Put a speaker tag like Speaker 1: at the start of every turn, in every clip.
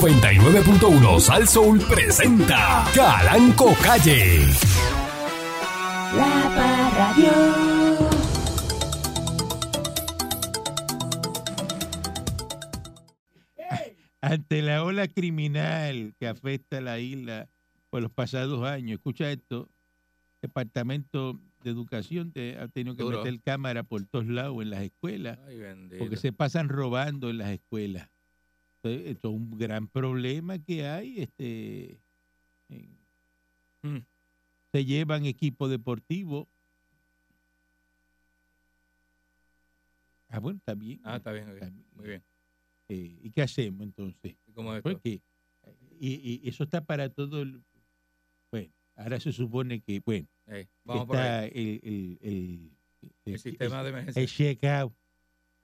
Speaker 1: 99.1 Sal Soul presenta Calanco Calle.
Speaker 2: La Parradio.
Speaker 3: Ante la ola criminal que afecta a la isla por los pasados años, escucha esto, el Departamento de Educación te- ha tenido que
Speaker 4: Duro. Ah,
Speaker 3: meter cámara por todos lados en las escuelas,
Speaker 4: Ay, bendito.
Speaker 3: porque se pasan robando en las escuelas. Entonces, esto es un gran problema que hay. Este, en-
Speaker 4: Mm.
Speaker 3: Se llevan equipo deportivo. Ah, bueno, está bien.
Speaker 4: Ah, está bien, ok.
Speaker 3: Está bien.
Speaker 4: Muy bien.
Speaker 3: Eh, ¿Y qué hacemos entonces?
Speaker 4: ¿Y cómo es esto?
Speaker 3: Porque, Pues y, y eso está para todo el... Bueno, ahora se supone que, bueno,
Speaker 4: Eh, vamos por ahí.
Speaker 3: está el, el, el,
Speaker 4: El sistema de emergencia.
Speaker 3: el check-out.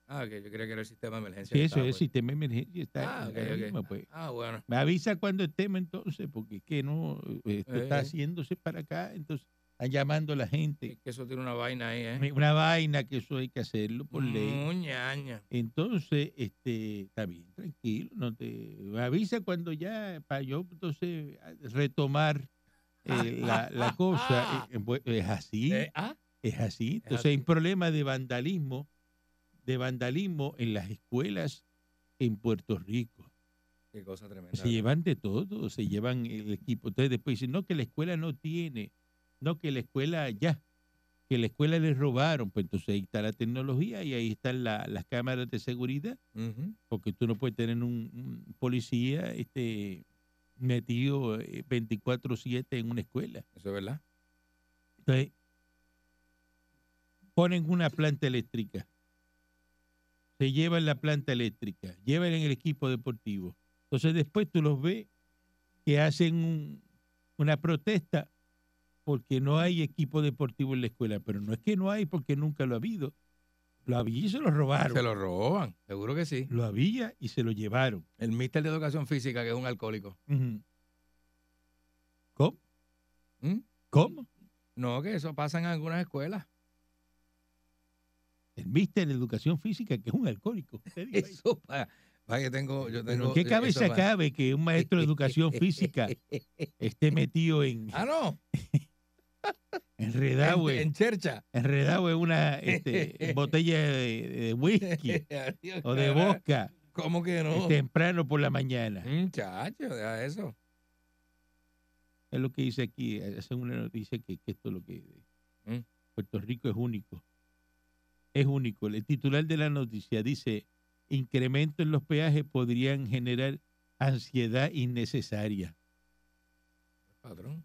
Speaker 4: ah, ok. Yo creía que era el sistema de emergencia.
Speaker 3: Sí,
Speaker 4: que
Speaker 3: eso
Speaker 4: estaba
Speaker 3: es el
Speaker 4: puesto.
Speaker 3: sistema de emergencia. Está
Speaker 4: pues. Ah, ok,
Speaker 3: ahora
Speaker 4: ok.
Speaker 3: mismo, pues.
Speaker 4: Ah, bueno.
Speaker 3: Me avisa cuando estemos entonces, porque es que no, eh, esto está
Speaker 4: Eh.
Speaker 3: haciéndose para acá, entonces están llamando a la gente.
Speaker 4: Es que eso tiene una vaina ahí, ¿eh?
Speaker 3: Una vaina que eso hay que hacerlo por ley.
Speaker 4: Muñaña.
Speaker 3: Entonces, este, está bien, tranquilo, no te me avisa cuando ya para yo entonces a- retomar eh, la, la cosa. Eh, eh, bu- Es así,
Speaker 4: Eh, ah,
Speaker 3: es así. Entonces hay un
Speaker 4: así.
Speaker 3: problema de vandalismo, de vandalismo en las escuelas en Puerto Rico.
Speaker 4: qué cosa tremenda.
Speaker 3: Se llevan de todo, se llevan el equipo. Entonces después dicen, no, que la escuela no tiene, no, que la escuela ya, que la escuela les robaron. Pues entonces ahí está la tecnología y ahí están la- las cámaras de seguridad
Speaker 4: Ujú.
Speaker 3: porque tú no puedes tener un, un policía este metido eh, 24/7 en una escuela.
Speaker 4: Eso es verdad.
Speaker 3: Entonces, ponen una planta eléctrica, se llevan la planta eléctrica, llevan en el equipo deportivo. Entonces después tú los ves que hacen un- una protesta porque no hay equipo deportivo en la escuela, pero no es que no hay porque nunca lo ha habido. Lo había y se lo robaron.
Speaker 4: Se lo roban. Seguro que sí.
Speaker 3: Lo había y se lo llevaron.
Speaker 4: El mister de educación física, que es un alcohólico.
Speaker 3: Ujú. ¿Cómo?
Speaker 4: ¿Mm?
Speaker 3: ¿Cómo?
Speaker 4: No, que eso pasa en algunas escuelas.
Speaker 3: El mister de educación física, que es un alcohólico. Usted dijo ahí.
Speaker 4: Eso para que tengo. Yo
Speaker 3: Pero ¿en
Speaker 4: tengo
Speaker 3: ¿Qué
Speaker 4: eso
Speaker 3: cabeza
Speaker 4: pa-
Speaker 3: cabe que un maestro de educación física esté metido en
Speaker 4: Ah, no.
Speaker 3: enredado
Speaker 4: en,
Speaker 3: en,
Speaker 4: en chercha.
Speaker 3: enredado en una este, botella de, de whisky
Speaker 4: Adiós,
Speaker 3: o de
Speaker 4: cara.
Speaker 3: vodka
Speaker 4: ¿Cómo que no?
Speaker 3: eh, temprano por la mañana?
Speaker 4: Muchacho, deja eso.
Speaker 3: Es lo que dice aquí, eh, hacen una noticia que, que esto es lo que
Speaker 4: Mm.
Speaker 3: Puerto Rico es único. Es único. El titular de la noticia dice, incremento en los peajes podrían generar ansiedad innecesaria.
Speaker 4: Patrón.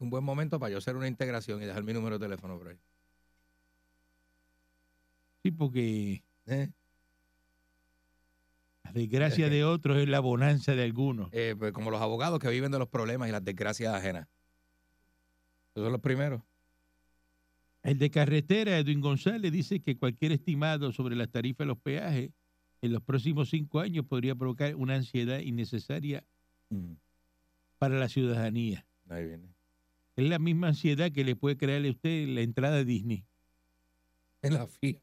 Speaker 4: Un buen momento para yo hacer una integración y dejar mi número de teléfono por ahí.
Speaker 3: Sí, porque
Speaker 4: Eh,
Speaker 3: la desgracia de otros es la bonanza de algunos.
Speaker 4: eh, pues como los abogados que viven de los problemas y las desgracias ajenas. Esos son los primeros.
Speaker 3: El de carretera, Edwin González, dice que cualquier estimado sobre las tarifas de los peajes en los próximos cinco años podría provocar una ansiedad innecesaria para la ciudadanía.
Speaker 4: Mm, Ahí viene.
Speaker 3: Es la misma ansiedad que le puede crearle a usted la entrada a Disney.
Speaker 4: En la fila.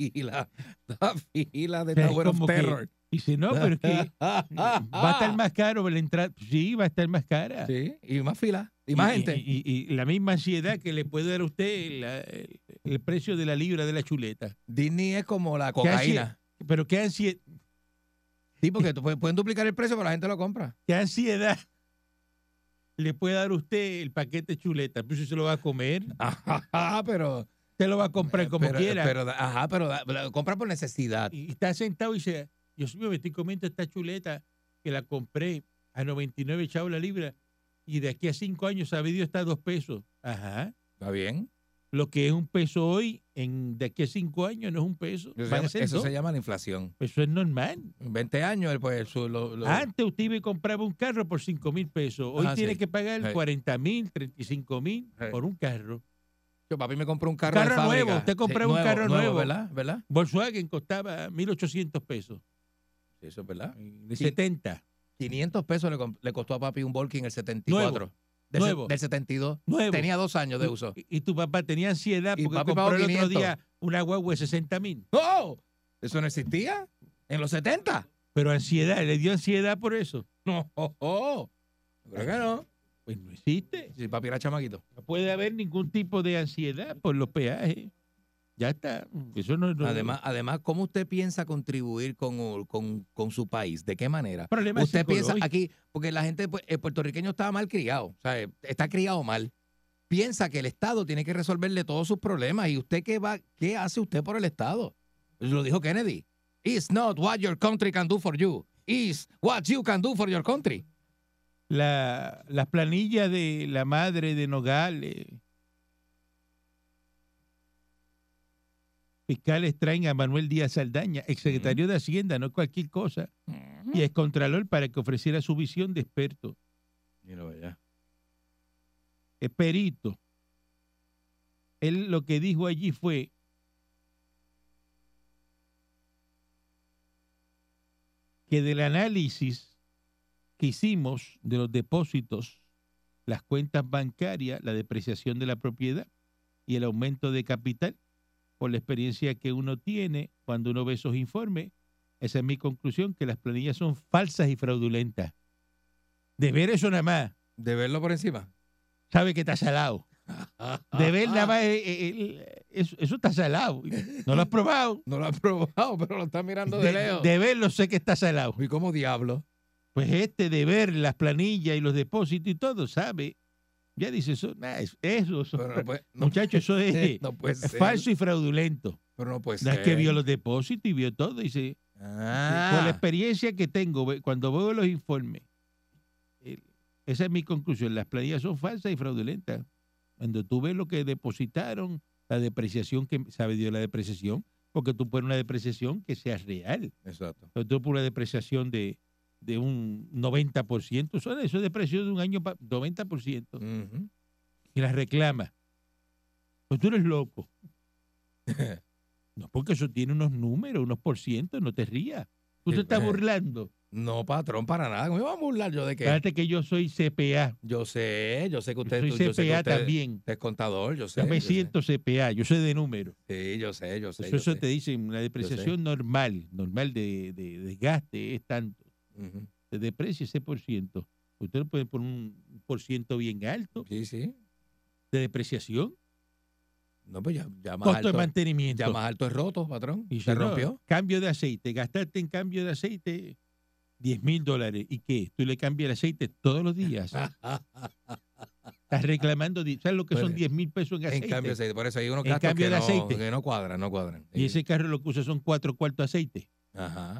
Speaker 4: La fila de
Speaker 3: O sea, es
Speaker 4: Tower of
Speaker 3: como que-
Speaker 4: Terror.
Speaker 3: Dice, no, pero es que va a estar más caro la entrada. Sí, va a estar más cara.
Speaker 4: Sí, y más fila. Y más gente.
Speaker 3: Y, y- y la misma ansiedad que le puede dar a usted la- el, el precio de la libra de la chuleta.
Speaker 4: Disney es como la
Speaker 3: ¿Qué ansie-
Speaker 4: cocaína.
Speaker 3: Pero qué, ansie-
Speaker 4: Sí, porque tú- pueden duplicar el precio, pero la gente lo compra.
Speaker 3: qué ansiedad le puede dar a usted el paquete de chuleta. Pues usted se lo va a comer,
Speaker 4: Ajá, Ah, pero.
Speaker 3: usted lo va a comprar como
Speaker 4: pero-
Speaker 3: quiera.
Speaker 4: Pero, da- ajá, pero da- pero compra por necesidad.
Speaker 3: y está sentado y dice, yo mío, me estoy comiendo esta chuleta que la compré a 99 chavos la libra y de aquí a cinco años sabe Dios está a dos pesos. Ajá.
Speaker 4: ¿Está bien?
Speaker 3: Lo que es un peso hoy, en de aquí a cinco años no es un peso.
Speaker 4: Eso, se
Speaker 3: van a
Speaker 4: llama,
Speaker 3: ser
Speaker 4: eso
Speaker 3: dos.
Speaker 4: se llama la inflación.
Speaker 3: Eso es normal.
Speaker 4: En 20 años, el- pues, su- lo- lo-
Speaker 3: Antes usted iba y compraba un carro por 5 mil pesos. Hoy
Speaker 4: Ah,
Speaker 3: tiene
Speaker 4: sí.
Speaker 3: que pagar
Speaker 4: Sí.
Speaker 3: 40 mil, 35 mil
Speaker 4: Sí.
Speaker 3: por un carro.
Speaker 4: yo, papi me compró un carro,
Speaker 3: Carro
Speaker 4: de fábrica.
Speaker 3: nuevo, usted compraba un carro nuevo.
Speaker 4: ¿verdad? ¿Verdad?
Speaker 3: Volkswagen costaba 1.800 pesos.
Speaker 4: Sí, eso es verdad.
Speaker 3: De
Speaker 4: Sí.
Speaker 3: 70.
Speaker 4: 500 pesos le, com- le costó a papi un Volkswagen el 74.
Speaker 3: Nuevo,
Speaker 4: Del, se-
Speaker 3: nuevo.
Speaker 4: del 72.
Speaker 3: Nuevo.
Speaker 4: Tenía dos años de uso.
Speaker 3: Y, y tu papá tenía ansiedad
Speaker 4: Y
Speaker 3: porque
Speaker 4: papi
Speaker 3: compró
Speaker 4: pagó
Speaker 3: el otro
Speaker 4: 500. ¡Oh!
Speaker 3: día una guagua de 60 mil.
Speaker 4: ¡No! ¿Eso no existía? ¿En los 70?
Speaker 3: Pero ansiedad, ¿le dio ansiedad por eso? No, oh, oh.
Speaker 4: Creo que no.
Speaker 3: pues no existe.
Speaker 4: Si papi era chamaquito.
Speaker 3: No puede haber ningún tipo de ansiedad por los peajes. Ya está. Eso no, no-
Speaker 4: Además, además, ¿cómo usted piensa contribuir con, con, con su país? ¿De qué manera?
Speaker 3: Problema
Speaker 4: Usted piensa
Speaker 3: psicológico.
Speaker 4: aquí, porque la gente, pues, el puertorriqueño estaba mal criado, o sea, está criado mal. Piensa que el Estado tiene que resolverle todos sus problemas y usted qué va, qué hace usted por el Estado. Lo dijo Kennedy. It's not what your country can do for you. It's what you can do for your country.
Speaker 3: la, las planillas de la madre de Nogales. Fiscales traen a Manuel Díaz Saldaña, exsecretario de Hacienda, no cualquier cosa, y excontralor para que ofreciera su visión de experto. es perito. Él lo que dijo allí fue que del análisis que hicimos de los depósitos, las cuentas bancarias, la depreciación de la propiedad y el aumento de capital, por la experiencia que uno tiene cuando uno ve esos informes, esa es mi conclusión, que las planillas son falsas y fraudulentas. De ver eso nada más,
Speaker 4: De verlo por encima.
Speaker 3: sabe que está salado. De ver nada más, eh, eh, el- eso, eso está salado. No lo has probado.
Speaker 4: No lo ha probado, pero lo está mirando de,
Speaker 3: De,
Speaker 4: lejos.
Speaker 3: de verlo sé que está salado.
Speaker 4: ¿Y cómo diablo?
Speaker 3: Pues este de ver las planillas y los depósitos y todo, ¿sabe? Ya dice eso. nah, es- eso, eso-
Speaker 4: Pero no puede, no
Speaker 3: muchacho, eso es,
Speaker 4: puede- no puede
Speaker 3: es
Speaker 4: ser.
Speaker 3: falso y fraudulento.
Speaker 4: Pero no puede
Speaker 3: No es
Speaker 4: ser.
Speaker 3: que vio los depósitos y vio todo. Dice,
Speaker 4: Ah.
Speaker 3: con la experiencia que tengo, ve- cuando veo los informes, el- esa es mi conclusión. Las planillas son falsas y fraudulentas. Cuando tú ves lo que depositaron, la depreciación que sabe Dios la depreciación, porque tú pones una depreciación que sea real.
Speaker 4: Exacto.
Speaker 3: Pero tú pones una depreciación de, de un 90%, eso, eso es depreciación de un año, pa- 90%,
Speaker 4: Ujú.
Speaker 3: y las reclamas. Pues tú eres loco. No, porque eso tiene unos números, unos por cientos, no te rías. Tú
Speaker 4: Sí,
Speaker 3: te estás
Speaker 4: eh.
Speaker 3: burlando.
Speaker 4: No, patrón, para nada. ¿Cómo me va a burlar yo de qué?
Speaker 3: Fíjate que yo soy CPA.
Speaker 4: Yo sé, yo sé que usted,
Speaker 3: soy
Speaker 4: tú- yo sé que
Speaker 3: CPA
Speaker 4: usted-
Speaker 3: también.
Speaker 4: usted es contador, yo sé.
Speaker 3: Yo me
Speaker 4: yo sé.
Speaker 3: siento Pues CPA, yo soy de número.
Speaker 4: Sí, yo sé, yo sé.
Speaker 3: eso
Speaker 4: yo
Speaker 3: eso
Speaker 4: sé.
Speaker 3: te dicen, la depreciación normal, normal de, de desgaste es tanto.
Speaker 4: Ujú.
Speaker 3: Se deprecia ese por ciento. Usted lo puede poner un por ciento bien alto
Speaker 4: Sí, sí.
Speaker 3: de depreciación.
Speaker 4: No, pues ya, ya más
Speaker 3: Costo de
Speaker 4: alto.
Speaker 3: mantenimiento.
Speaker 4: Ya más alto es roto, patrón.
Speaker 3: Y
Speaker 4: se
Speaker 3: si no,
Speaker 4: rompió.
Speaker 3: Cambio de aceite. Gastaste en cambio de aceite 10 mil dólares. ¿Y qué? Tú le cambias el aceite todos los días. Estás reclamando, di- ¿sabes lo que son
Speaker 4: Bueno,
Speaker 3: 10 mil pesos en aceite?
Speaker 4: En cambio, de aceite. Por eso hay unos
Speaker 3: En
Speaker 4: gastos
Speaker 3: cambio
Speaker 4: que,
Speaker 3: de
Speaker 4: no,
Speaker 3: aceite.
Speaker 4: que no cuadran, no cuadran.
Speaker 3: Y ese carro lo que usa son cuatro cuartos de aceite.
Speaker 4: Ajá.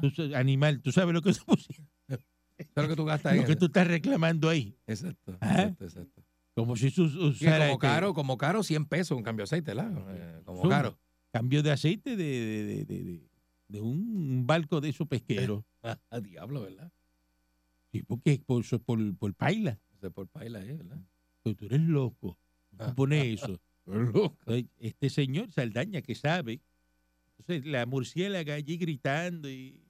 Speaker 3: Tú sa- animal, tú sabes lo que, eso pusi-
Speaker 4: Eso es lo que tú gastas en
Speaker 3: lo que
Speaker 4: eso.
Speaker 3: tú estás reclamando ahí.
Speaker 4: Exacto,
Speaker 3: Ajá.
Speaker 4: exacto, exacto.
Speaker 3: Como si tú
Speaker 4: Y como
Speaker 3: usara este
Speaker 4: caro, como caro, 100 pesos un cambio de aceite, ¿verdad? Eh, como
Speaker 3: Zumba.
Speaker 4: caro.
Speaker 3: cambio de aceite de, de- de- de- de- de un barco de esos pesqueros.
Speaker 4: A Ah, diablo, ¿verdad?
Speaker 3: Sí, porque es por, eso es por, por paila.
Speaker 4: Eso es por paila, ¿eh? ¿verdad?
Speaker 3: Pero tú eres loco. Tú
Speaker 4: Ah.
Speaker 3: pones eso.
Speaker 4: Loco.
Speaker 3: Entonces, Este señor Saldaña que sabe. Entonces, la murciélaga allí gritando y.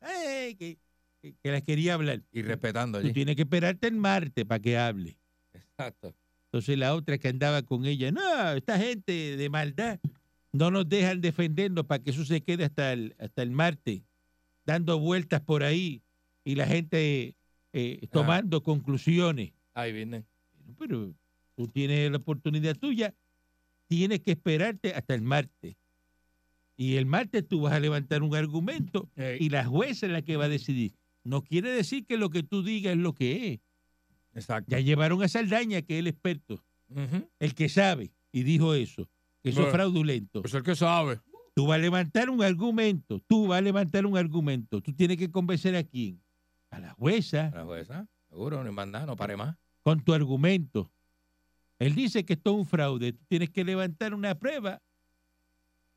Speaker 3: ¡Ay! Que, que, que la quería hablar.
Speaker 4: Y respetando
Speaker 3: Tú
Speaker 4: allí.
Speaker 3: tienes que esperarte el martes para que hable.
Speaker 4: Exacto.
Speaker 3: Entonces la otra que andaba con ella, no, esta gente de maldad no nos dejan defendernos para que eso se quede hasta el, hasta el martes, dando vueltas por ahí y la gente eh, tomando conclusiones.
Speaker 4: Ahí viene.
Speaker 3: Pero tú tienes la oportunidad tuya, tienes que esperarte hasta el martes. Y el martes tú vas a levantar un argumento y la jueza es la que va a decidir. No quiere decir que lo que tú digas es lo que es.
Speaker 4: Exacto.
Speaker 3: Ya llevaron a Saldaña, que es el experto
Speaker 4: Ujú.
Speaker 3: el que sabe y dijo eso, que eso es
Speaker 4: Bueno.
Speaker 3: fraudulento.
Speaker 4: Pues el que sabe.
Speaker 3: Tú vas a levantar un argumento, tú vas a levantar un argumento, tú tienes que convencer a quién, a la jueza,
Speaker 4: La jueza, seguro, no hay más nada, no pare más.
Speaker 3: con tu argumento. Él dice que esto es un fraude, tú tienes que levantar una prueba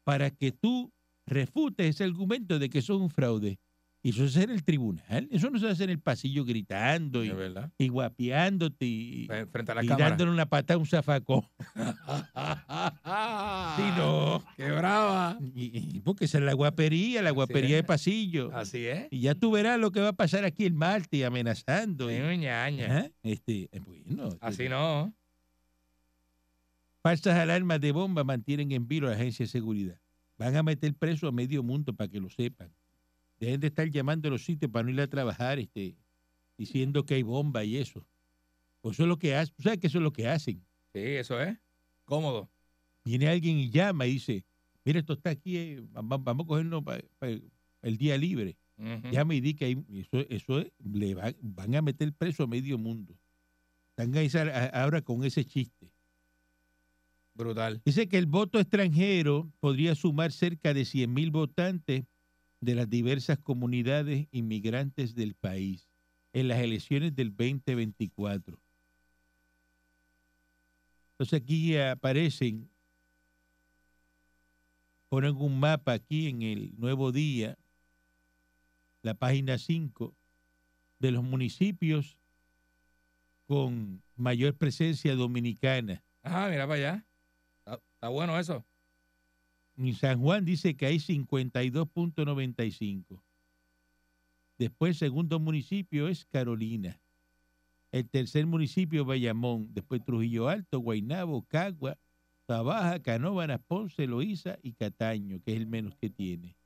Speaker 3: para que tú refutes ese argumento de que eso es un fraude. Y eso se hace en el tribunal, eso no se hace en el pasillo gritando y,
Speaker 4: Es verdad.
Speaker 3: y guapeándote y,
Speaker 4: F- Frente a la
Speaker 3: y
Speaker 4: cámara.
Speaker 3: dándole una patada a un zafacón.
Speaker 4: Ah.
Speaker 3: Sí, no.
Speaker 4: ¡Qué brava!
Speaker 3: Y- y- porque esa es la guapería, la guapería de
Speaker 4: es.
Speaker 3: pasillo.
Speaker 4: Así es.
Speaker 3: Y ya tú verás lo que va a pasar aquí el martes amenazando. y-
Speaker 4: Sí, ñaña.
Speaker 3: Ajá, este, eh, bueno, este,
Speaker 4: Así no.
Speaker 3: Falsas alarmas de bomba mantienen en vilo a la agencia de seguridad. Van a meter preso a medio mundo para que lo sepan. Dejen de estar llamando a los sitios para no ir a trabajar, este, diciendo que hay bomba y eso. Pues eso es lo que hacen. ¿Sabes que eso es lo que hacen?
Speaker 4: Sí, eso es. Cómodo.
Speaker 3: Viene alguien y llama y dice, mira, esto está aquí, eh, va- va- vamos a cogernos pa- pa- el día libre.
Speaker 4: Ujú.
Speaker 3: Llama y di que hay- eso, eso es- le va- van a meter preso a medio mundo. Están ahí sa- a- ahora con ese chiste.
Speaker 4: Brutal.
Speaker 3: Dice que el voto extranjero podría sumar cerca de 100.000 votantes de las diversas comunidades inmigrantes del país en las elecciones del 2024. Entonces aquí aparecen, ponen un mapa aquí en el Nuevo Día, la página 5, de los municipios con mayor presencia dominicana.
Speaker 4: Ajá, mira para allá. Está, está bueno eso.
Speaker 3: En San Juan dice que hay 52.95. Después, segundo municipio es Carolina. El tercer municipio, Bayamón. Después, Trujillo Alto, Guaynabo, Cagua, Tabaja, Canóvanas, Ponce, Loíza y Cataño, que es el menos que tiene.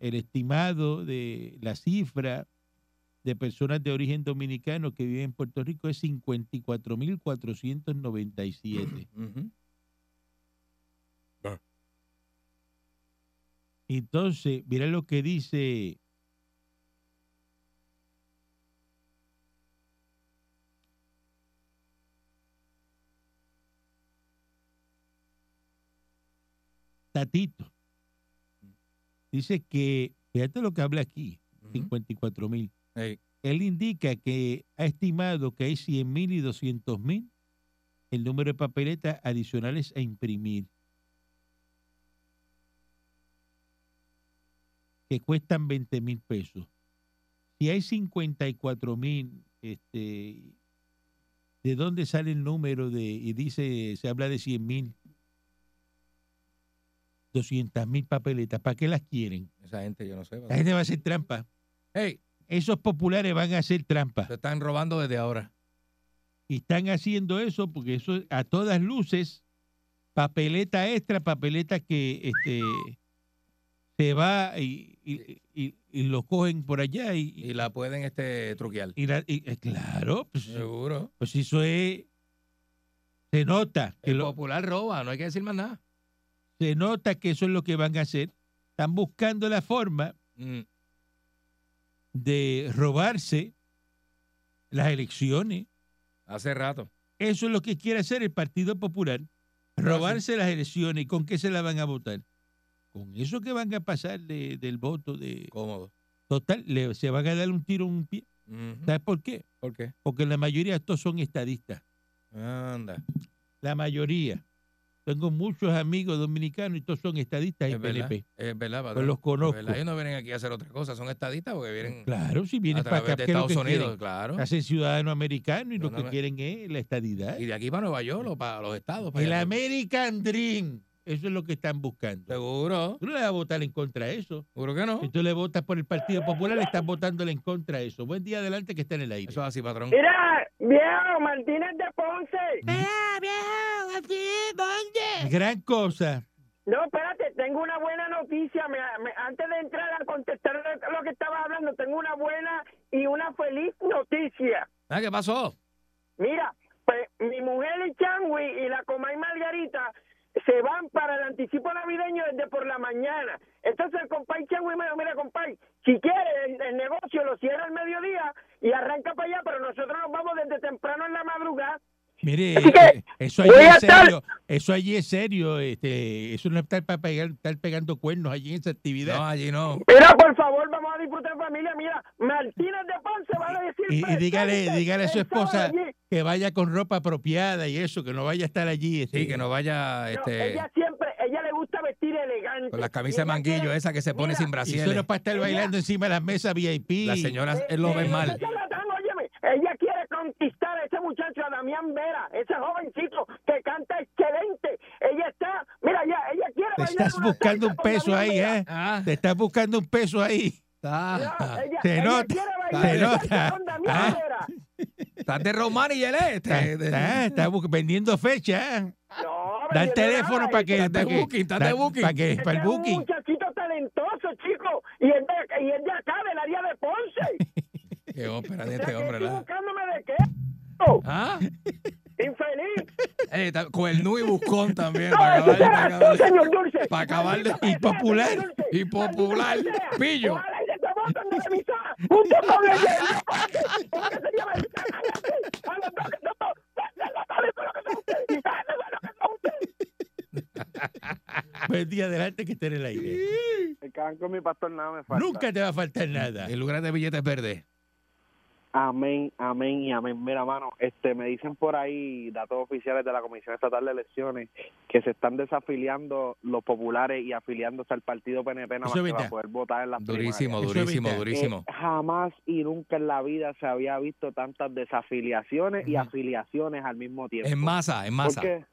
Speaker 3: El estimado de la cifra de personas de origen dominicano que viven en Puerto Rico es 54.497.
Speaker 4: Ujú.
Speaker 3: Entonces, mira lo que dice. Tatito. Dice que, fíjate lo que habla aquí,
Speaker 4: Ujú.
Speaker 3: 54 mil.
Speaker 4: Ey.
Speaker 3: Él indica que ha estimado que hay 100 mil y 200 mil el número de papeletas adicionales a imprimir. que cuestan 20 mil pesos. Si hay 54 mil, este, ¿de dónde sale el número de, y dice, se habla de 100 mil, 200 mil papeletas? ¿Para qué las quieren?
Speaker 4: Esa gente, yo no sé.
Speaker 3: La gente va a hacer trampa.
Speaker 4: Ey,
Speaker 3: Esos populares van a hacer trampa.
Speaker 4: se están robando desde ahora.
Speaker 3: Y están haciendo eso porque eso a todas luces, papeleta extra, papeleta que este, se va y, y- y- y lo cogen por allá y,
Speaker 4: Y la pueden este truquear.
Speaker 3: Y la- y- eh, claro, pues,
Speaker 4: Seguro.
Speaker 3: pues eso es. Se nota, que
Speaker 4: El
Speaker 3: lo-
Speaker 4: popular roba, no hay que decir más nada.
Speaker 3: se nota que eso es lo que van a hacer. Están buscando la forma
Speaker 4: Mm,
Speaker 3: de robarse las elecciones.
Speaker 4: hace rato.
Speaker 3: Eso es lo que quiere hacer el Partido Popular. Robarse las elecciones. ¿Y con qué se la van a votar? Con eso que van a pasar de- del voto de.
Speaker 4: Cómodo.
Speaker 3: Total, le- se van a dar un tiro en un pie.
Speaker 4: Ujú.
Speaker 3: ¿Sabes por qué?
Speaker 4: ¿Por qué?
Speaker 3: Porque la mayoría de estos son estadistas.
Speaker 4: Anda.
Speaker 3: la mayoría. Tengo muchos amigos dominicanos y todos son estadistas y
Speaker 4: Es verdad.
Speaker 3: PNP.
Speaker 4: Es verdad,
Speaker 3: Pues
Speaker 4: patrón.
Speaker 3: los
Speaker 4: Es
Speaker 3: conozco.
Speaker 4: verdad, Ellos no vienen aquí a hacer otra cosa, son estadistas porque vienen
Speaker 3: Claro, si
Speaker 4: a
Speaker 3: vienen para
Speaker 4: través
Speaker 3: acá,
Speaker 4: de
Speaker 3: ¿qué es lo
Speaker 4: Estados
Speaker 3: que
Speaker 4: Unidos,
Speaker 3: quieren?
Speaker 4: claro.
Speaker 3: Se hacen ciudadano americano y
Speaker 4: No,
Speaker 3: lo
Speaker 4: no
Speaker 3: que
Speaker 4: me-
Speaker 3: quieren es la estadidad.
Speaker 4: Y de aquí para Nueva York o para los estados. para
Speaker 3: El
Speaker 4: allá.
Speaker 3: American Dream. Eso es lo que están buscando.
Speaker 4: Seguro,
Speaker 3: Tú no le vas a votar en contra de eso.
Speaker 4: seguro que no.
Speaker 3: Si tú le votas por el Partido Popular, le estás votándole en contra de eso. Buen día adelante que está en el aire.
Speaker 4: Eso es así, patrón.
Speaker 5: Eh, Mira, viejo, Martínez de Ponce.
Speaker 3: Gran cosa.
Speaker 5: No, espérate, tengo una buena noticia. Me- me- antes de entrar a contestar lo- lo que estaba hablando, tengo una buena y una feliz noticia.
Speaker 4: Ah, ¿Qué pasó?
Speaker 5: Mira, pues, mi mujer y Changui y la Comay Margarita se van para el anticipo navideño desde por la mañana. Entonces el compay Changui me dijo, mira compay, si quiere el, el negocio lo cierra al mediodía y arranca para allá, pero nosotros nos vamos desde temprano en la madrugada.
Speaker 3: Mire,
Speaker 5: Así que,
Speaker 3: eh, eso allí
Speaker 5: voy a
Speaker 3: es
Speaker 5: estar-
Speaker 3: serio. Eso allí es serio. Este, eso no está para pegar, estar pegando cuernos allí en esa actividad.
Speaker 4: No, allí no.
Speaker 5: Mira, por favor, vamos a disfrutar en familia. Mira, Martínez de Ponce va a decir.
Speaker 3: Y, y dígale,
Speaker 5: presente
Speaker 3: dígale a su
Speaker 5: el sábado
Speaker 3: esposa
Speaker 5: allí.
Speaker 3: que vaya con ropa apropiada y eso, que no vaya a estar allí. este.
Speaker 4: Sí, que no vaya
Speaker 5: No,
Speaker 4: este,
Speaker 5: ella siempre, ella le gusta vestir elegante.
Speaker 4: con las camisas de
Speaker 5: Ella
Speaker 4: manguillo
Speaker 5: quiere-
Speaker 4: esa que se pone
Speaker 5: Mira,
Speaker 4: sin
Speaker 3: Y eso
Speaker 4: brasier.
Speaker 3: no es para estar
Speaker 5: Ella-
Speaker 3: bailando encima de las mesas VIP.
Speaker 4: Las señoras
Speaker 5: eh,
Speaker 4: eh, lo
Speaker 5: eh,
Speaker 4: ven
Speaker 5: no
Speaker 4: mal.
Speaker 5: seas charlatán, óyeme. Ella quiere conquistar a ese muchacho, a Damián Vera, ese jovencito que canta excelente. Ella está, mira, ella, ella quiere
Speaker 3: Te
Speaker 5: bailar
Speaker 3: estás
Speaker 5: una
Speaker 3: buscando
Speaker 5: salsa
Speaker 3: un
Speaker 5: con
Speaker 3: peso
Speaker 5: Damián
Speaker 3: ahí,
Speaker 5: Vera.
Speaker 3: ¿eh?
Speaker 4: Ah,
Speaker 3: Te estás buscando un peso ahí.
Speaker 5: No,
Speaker 4: está.
Speaker 5: ella-
Speaker 3: Se
Speaker 5: ella
Speaker 3: Ah, nota,
Speaker 5: quiere
Speaker 3: se
Speaker 5: bailar una
Speaker 3: nota.
Speaker 5: salsa con Damián
Speaker 3: Ah.
Speaker 5: Vera.
Speaker 4: Estás de Román y el
Speaker 3: Está,
Speaker 4: este.
Speaker 3: está- está bu- vendiendo fecha. ¿eh?
Speaker 5: No,
Speaker 3: Da el
Speaker 5: bendito,
Speaker 3: teléfono
Speaker 5: ay,
Speaker 3: para que.
Speaker 4: Date
Speaker 3: para que-
Speaker 4: booking, date
Speaker 3: da-
Speaker 4: booking.
Speaker 3: Para que- para el
Speaker 5: Este es
Speaker 3: booking.
Speaker 5: Un muchachito talentoso, chico. Y es de, y es de
Speaker 4: qué ópera de
Speaker 5: O sea,
Speaker 4: este
Speaker 5: que
Speaker 4: hombre,
Speaker 5: estoy
Speaker 4: ¿verdad?
Speaker 5: buscándome de qué?
Speaker 4: ¿Ah?
Speaker 5: Infeliz.
Speaker 4: Eh, ta- Cuernú y Buscón también.
Speaker 5: No,
Speaker 4: para
Speaker 5: eso
Speaker 4: acabar-
Speaker 5: serás
Speaker 4: para
Speaker 5: tú,
Speaker 4: acabar-
Speaker 5: señor Dulce.
Speaker 4: para acabar de-
Speaker 5: Maldita
Speaker 4: y
Speaker 5: sea,
Speaker 4: popular,
Speaker 5: señor Dulce.
Speaker 4: y popular.
Speaker 5: Maldita sea.
Speaker 4: Pillo.
Speaker 5: Ojalá y se te boten de la emisora, junto con el- porque se lleva el- a los dos que son- pásenlo, dale, con lo que son ustedes, y pásenlo con lo que son ustedes.
Speaker 3: Buen día, adelante que esté en el aire.
Speaker 6: El canco mi pastor nada me falta.
Speaker 3: Nunca te va a faltar nada.
Speaker 4: El lugar de billetes verdes.
Speaker 6: Amén, amén y amén. Mira, mano, este, me dicen por ahí datos oficiales de la Comisión Estatal de Elecciones que se están desafiliando los populares y afiliándose al partido PNP nada
Speaker 3: Eso
Speaker 6: más que
Speaker 3: es
Speaker 6: para
Speaker 3: verdad.
Speaker 6: poder votar en las
Speaker 4: Durísimo,
Speaker 3: Eso es
Speaker 4: durísimo,
Speaker 3: verdad.
Speaker 6: primarias.
Speaker 4: durísimo.
Speaker 6: Eh, jamás y nunca en la vida se había visto tantas desafiliaciones y
Speaker 4: Ujú.
Speaker 6: afiliaciones al mismo tiempo.
Speaker 4: En masa, en masa.
Speaker 6: Eh, Porque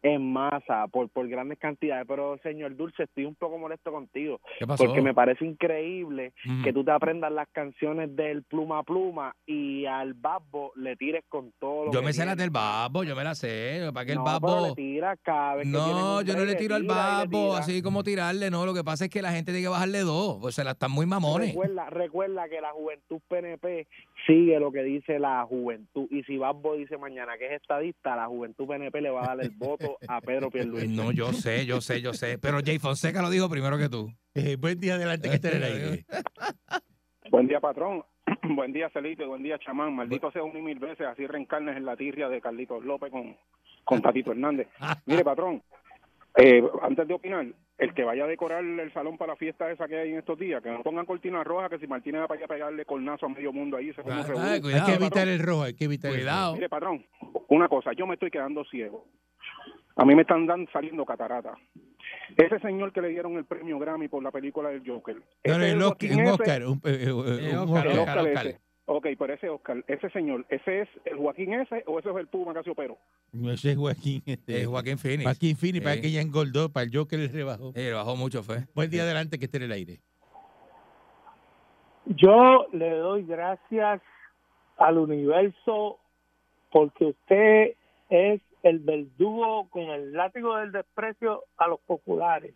Speaker 6: en masa, por, por grandes cantidades. Pero, señor Dulce, estoy un poco molesto contigo.
Speaker 4: ¿Qué pasó?
Speaker 6: Porque me parece increíble
Speaker 4: Ujú.
Speaker 6: que tú te aprendas las canciones del Pluma Pluma y al Babbo le tires con todo lo
Speaker 4: Yo
Speaker 6: que
Speaker 4: me sé las
Speaker 6: tiene.
Speaker 4: del babo, yo me las sé. ¿Para que el
Speaker 6: No, pero
Speaker 4: babo?
Speaker 6: le tira cada vez que tiene
Speaker 4: No,
Speaker 6: un
Speaker 4: yo no
Speaker 6: break,
Speaker 4: le tiro al
Speaker 6: tira y le
Speaker 4: babo,
Speaker 6: tira.
Speaker 4: así como tirarle, no. Lo que pasa es que la gente tiene que bajarle dos. Pues se las están muy mamones.
Speaker 6: Recuerda, recuerda que la juventud PNP sigue lo que dice la juventud. Y si Babbo dice mañana que es estadista, la juventud PNP le va a dar el voto a Pedro Pierluisi.
Speaker 4: Eh, No, yo sé, yo sé, yo sé. Pero Jay Fonseca lo dijo primero que tú.
Speaker 3: Eh, buen día, adelante que esté en el aire.
Speaker 7: Buen día, patrón. Buen día, Celito. Buen día, chamán. Maldito sea un y mil veces. Así reencarnes en la tirria de Carlitos López con, con Tatito Hernández. Mire, patrón, eh, antes de opinar, el que vaya a decorar el salón para la fiesta esa que hay en estos días, que no pongan cortinas rojas, que si Martínez va para allá a pegarle cornazo a medio mundo ahí, se pone un revuelo.
Speaker 4: Ah,
Speaker 3: Hay que
Speaker 4: cuidado,
Speaker 3: evitar el rojo, hay que evitar
Speaker 4: cuidado.
Speaker 7: Mire, patrón, una cosa, yo me estoy quedando ciego. A mí me están dan- saliendo cataratas. Ese señor que le dieron el premio Grammy por la película del Joker.
Speaker 3: el rojo. No,
Speaker 7: ese
Speaker 3: el Oscar,
Speaker 7: Joaquín
Speaker 3: un
Speaker 7: ese-
Speaker 3: Oscar, un, eh, eh,
Speaker 4: Eh,
Speaker 3: un
Speaker 4: Oscar,
Speaker 3: Oscar.
Speaker 4: Oscar,
Speaker 7: El Oscar
Speaker 4: Oscar.
Speaker 7: ese. Ok, pero ese Oscar, ese señor, ese es el Joaquín ese o ese es el Puma Casiopero.
Speaker 3: No ese es Joaquín. Este,
Speaker 4: Eh, Joaquín Phoenix.
Speaker 3: Joaquín Fini, para
Speaker 4: Eh.
Speaker 3: que ya engordó, para el Joker le rebajó.
Speaker 4: Eh, lo bajó mucho, fue. Eh,
Speaker 3: Buen día, adelante que esté en el aire.
Speaker 8: Yo le doy gracias al universo porque usted es el verdugo con el látigo del desprecio a los populares.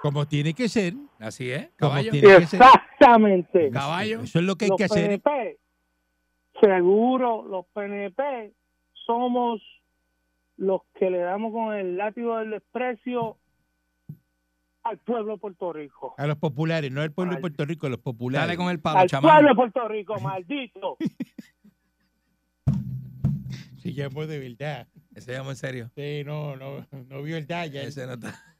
Speaker 3: Como tiene que ser.
Speaker 4: Así es.
Speaker 3: Como
Speaker 4: Caballo.
Speaker 3: tiene que ser.
Speaker 8: Exactamente.
Speaker 4: Caballo.
Speaker 3: Eso es lo que hay
Speaker 8: Los
Speaker 3: que hacer.
Speaker 8: PNP, seguro, los PNP somos los que le damos con el látigo del desprecio al pueblo de Puerto Rico.
Speaker 3: A los populares, no al pueblo de
Speaker 8: Ay.
Speaker 3: Puerto Rico, a Ah, los populares.
Speaker 4: Dale con el palo,
Speaker 8: Al
Speaker 4: chamán.
Speaker 8: pueblo de Puerto Rico, maldito.
Speaker 3: Se llamó de verdad.
Speaker 4: Ese llamó en serio.
Speaker 3: Sí, no, no, no vio el Daya.
Speaker 4: Ese no está.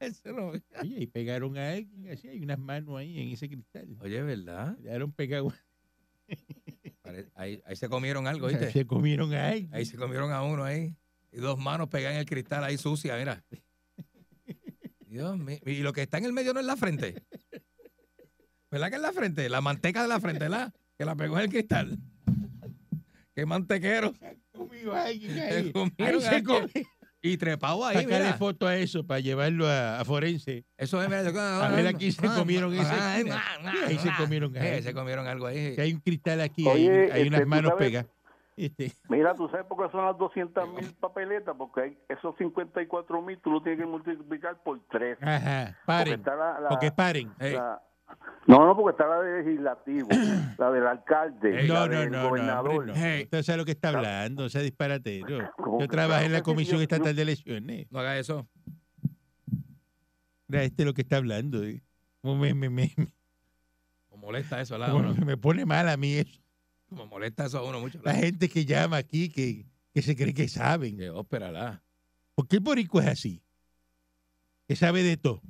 Speaker 4: Ese no.
Speaker 3: Oye, y pegaron a alguien así, hay unas manos ahí en ese cristal.
Speaker 4: Oye, ¿verdad?
Speaker 3: Quedaron pegados.
Speaker 4: Pare- Ahí, ahí se comieron algo, ¿viste?
Speaker 3: Se comieron a alguien.
Speaker 4: Ahí se comieron a uno ahí. Y dos manos pegadas en el cristal ahí sucia, mira. Dios mío. Y lo que está en el medio no es la frente. ¿Verdad que es la frente? La manteca de la frente, ¿verdad? Que la pegó en el cristal. Qué mantequero.
Speaker 3: comido a alguien ahí.
Speaker 4: Se comieron
Speaker 3: Ahí
Speaker 4: a
Speaker 3: se
Speaker 4: alguien.
Speaker 3: comieron.
Speaker 4: Y trepado ahí,
Speaker 3: Sácale
Speaker 4: mira.
Speaker 3: foto a eso para llevarlo a, a Forense.
Speaker 4: Eso es, mira. yo- Ah,
Speaker 3: A ver Ah, aquí se comieron ese.
Speaker 4: Ay,
Speaker 3: Ahí se comieron a
Speaker 4: Ahí
Speaker 3: alguien.
Speaker 4: ah, Eh, se comieron algo ahí.
Speaker 3: Que hay un cristal aquí,
Speaker 7: Oye,
Speaker 3: hay, hay
Speaker 7: este,
Speaker 3: unas
Speaker 7: ¿tú
Speaker 3: manos
Speaker 7: sabes?
Speaker 3: pegadas. Este,
Speaker 7: Mira, tú sabes por qué son las 200 mil papeletas, porque hay esos 54 mil tú lo tienes que multiplicar por 3.
Speaker 3: ajá, paren.
Speaker 7: la, la-
Speaker 3: Porque paren.
Speaker 4: Ey.
Speaker 7: la- no, no, porque está la del legislativo, la del alcalde,
Speaker 3: No,
Speaker 7: la
Speaker 3: no,
Speaker 7: del
Speaker 3: no, no,
Speaker 7: gobernador.
Speaker 3: hombre, no.
Speaker 4: Hey.
Speaker 3: Usted sabe lo que está hablando, o sea, disparatero.
Speaker 7: Como
Speaker 3: Yo
Speaker 7: que
Speaker 3: trabajé
Speaker 7: claro
Speaker 3: en la
Speaker 7: que sí,
Speaker 3: Comisión
Speaker 7: yo- yo-
Speaker 3: Estatal de Elecciones.
Speaker 4: No haga eso.
Speaker 3: Mira, este es lo que está hablando. eh. Como me, me- me- me-
Speaker 4: Como molesta eso, ¿verdad?
Speaker 3: como
Speaker 4: Uno.
Speaker 3: me pone mal a mí eso.
Speaker 4: Como molesta eso a uno mucho.
Speaker 3: La gente que llama aquí, que, que se cree que saben.
Speaker 4: Que oh, ópera, la.
Speaker 3: ¿Por qué el borico es así? Que sabe de todo.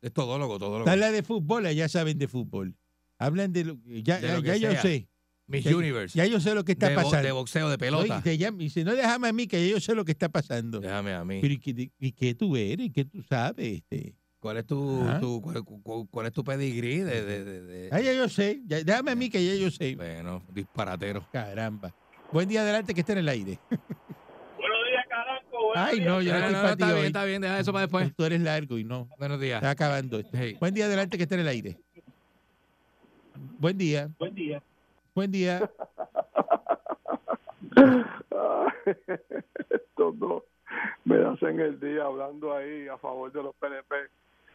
Speaker 4: Es todólogo, todólogo.
Speaker 3: Está la de fútbol, allá saben de fútbol. Hablan de lo, ya,
Speaker 4: De lo
Speaker 3: ya
Speaker 4: que
Speaker 3: yo
Speaker 4: sea.
Speaker 3: sé.
Speaker 4: Miss
Speaker 3: Ya-
Speaker 4: Universe.
Speaker 3: Ya yo sé lo que está
Speaker 4: de, bo- de
Speaker 3: pasando.
Speaker 4: boxeo, de
Speaker 3: No, y
Speaker 4: pelota.
Speaker 3: te llama y dice, no déjame a mí, que ya yo sé lo que está pasando.
Speaker 4: Déjame a mí.
Speaker 3: Pero ¿y qué, y qué tú eres? ¿Qué tú sabes? Este?
Speaker 4: ¿Cuál es tu,
Speaker 3: Ajá.
Speaker 4: tu- cuál, cu- cuál es tu pedigrí de, de- de- de-
Speaker 3: Ah, ya yo sé. Ya- déjame a mí, que ya yo sé.
Speaker 4: Eh, Bueno, disparatero.
Speaker 3: Caramba. Buen día adelante que esté en el aire.
Speaker 8: Buenos días, carajo.
Speaker 3: Ay, no, yo no
Speaker 4: No,
Speaker 3: estoy
Speaker 4: no, no,
Speaker 3: para ti
Speaker 4: está bien,
Speaker 3: hoy.
Speaker 4: está bien, deja eso para después.
Speaker 3: Tú eres largo y no.
Speaker 4: Buenos días.
Speaker 3: Está acabando esto.
Speaker 4: Hey.
Speaker 3: Buen día adelante que esté en el aire. Buen día.
Speaker 8: Buen día.
Speaker 3: Buen día.
Speaker 7: Estos dos me hacen el día hablando ahí a favor de los PNP.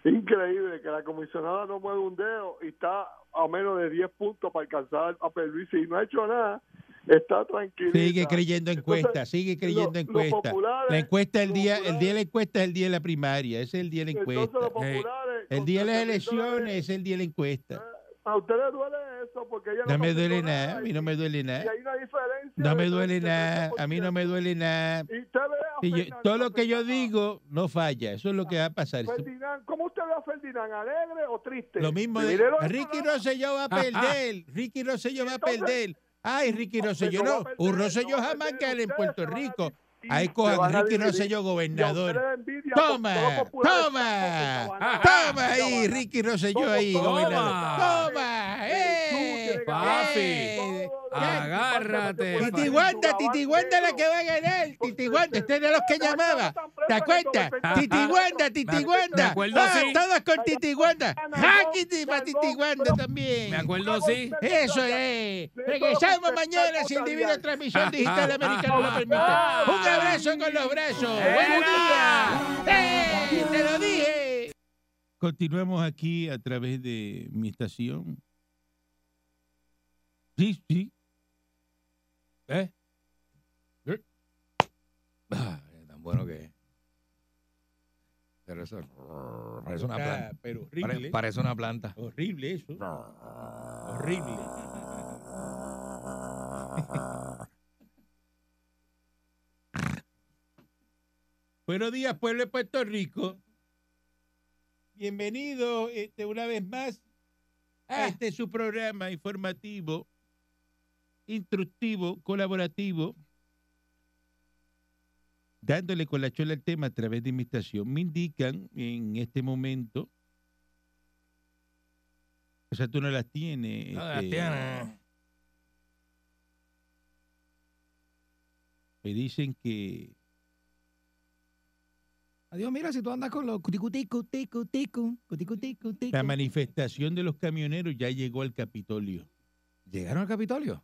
Speaker 9: Increíble que la comisionada no mueve un dedo y está a menos de 10 puntos para alcanzar a Pierluisi y no ha hecho nada. Está tranquila.
Speaker 3: Sigue creyendo encuestas, sigue creyendo encuestas. La encuesta del día, el día de la encuesta es el día de la primaria, ese es el día de la encuesta.
Speaker 9: Entonces los populares...
Speaker 3: El día de las elecciones
Speaker 9: constantemente-
Speaker 3: es el día de la encuesta.
Speaker 9: A ustedes duele eso porque ella
Speaker 3: No me
Speaker 9: contestó
Speaker 3: duele nada, a mí no me
Speaker 9: y-
Speaker 3: duele
Speaker 9: Y
Speaker 3: nada.
Speaker 9: hay una diferencia.
Speaker 3: No me
Speaker 9: de
Speaker 3: duele nada, a mí no
Speaker 9: 33%.
Speaker 3: me duele nada.
Speaker 9: Y usted ve a
Speaker 3: Si yo-
Speaker 9: Ferdinand-
Speaker 3: todo lo que yo digo no falla, eso es lo que
Speaker 9: Ah,
Speaker 3: va a pasar.
Speaker 9: pues Ferdinand, ¿cómo usted ve a Ferdinand? ¿Alegre o triste?
Speaker 3: Lo mismo de
Speaker 9: Mire lo que
Speaker 3: Ricky
Speaker 9: pasa.
Speaker 3: Rosselló va a perder, Ricky Rosselló va a
Speaker 9: Entonces,
Speaker 3: perder. Ay, Ricky Rosselló
Speaker 9: no va a
Speaker 3: no,
Speaker 9: perder,
Speaker 3: un
Speaker 9: no
Speaker 3: Rosselló
Speaker 9: va a
Speaker 3: jamás
Speaker 9: perder,
Speaker 3: gana en
Speaker 9: ustedes
Speaker 3: Puerto
Speaker 9: se van a
Speaker 3: Rico.
Speaker 9: dividir,
Speaker 3: Ahí
Speaker 9: se
Speaker 3: cojan
Speaker 9: van a
Speaker 3: Ricky
Speaker 9: dividir.
Speaker 3: Rosselló
Speaker 9: Y a ustedes
Speaker 3: gobernador.
Speaker 9: les envidia porque todos
Speaker 3: Toma,
Speaker 9: los populares están con
Speaker 3: toma,
Speaker 9: Sabanero.
Speaker 3: toma ahí, Ricky Rosselló
Speaker 9: Toma,
Speaker 3: ahí,
Speaker 9: toma.
Speaker 3: gobernador. Toma,
Speaker 9: Ey,
Speaker 3: eh,
Speaker 9: tú que
Speaker 4: papi,
Speaker 3: eh.
Speaker 4: agárrate,
Speaker 9: Titi
Speaker 3: Titi
Speaker 4: papi.
Speaker 3: Wanda, Titi Wanda la que va a ganar, Titi Wanda, este era los que llamaba. ¿Te acuerdas? Titi Wanda, Titi
Speaker 4: me
Speaker 3: Wanda.
Speaker 4: acuerdo,
Speaker 3: Ah,
Speaker 4: sí.
Speaker 3: todas con Titi Wanda. Jaquiti para Titi Wanda también.
Speaker 4: Me acuerdo, sí.
Speaker 3: Eso es. Regresamos mañana si el divino transmisión
Speaker 4: Ah,
Speaker 3: digital americano lo permite. Un abrazo con los brazos. Buenos días. ¡Eh! ¡Te lo dije! Continuamos aquí a través de mi estación. Sí, sí.
Speaker 4: ¿Eh? Ah, es tan bueno que es. Pero eso parece una planta.
Speaker 3: Ah, pero
Speaker 4: Pare- Parece una planta.
Speaker 3: Horrible eso. Horrible. Buenos días, pueblo de Puerto Rico. Bienvenido este, una vez más a este su programa informativo, instructivo, colaborativo, dándole con la chola al tema a través de mi estación. Me indican en este momento o sea, tú no las tienes.
Speaker 4: No las
Speaker 3: este,
Speaker 4: tiene.
Speaker 3: Me dicen que.
Speaker 4: Adiós, mira, si tú andas con los cuticuticu, ticu, ticu, cuticuticu, ticu.
Speaker 3: La manifestación de los camioneros ya llegó al Capitolio.
Speaker 4: ¿Llegaron al Capitolio?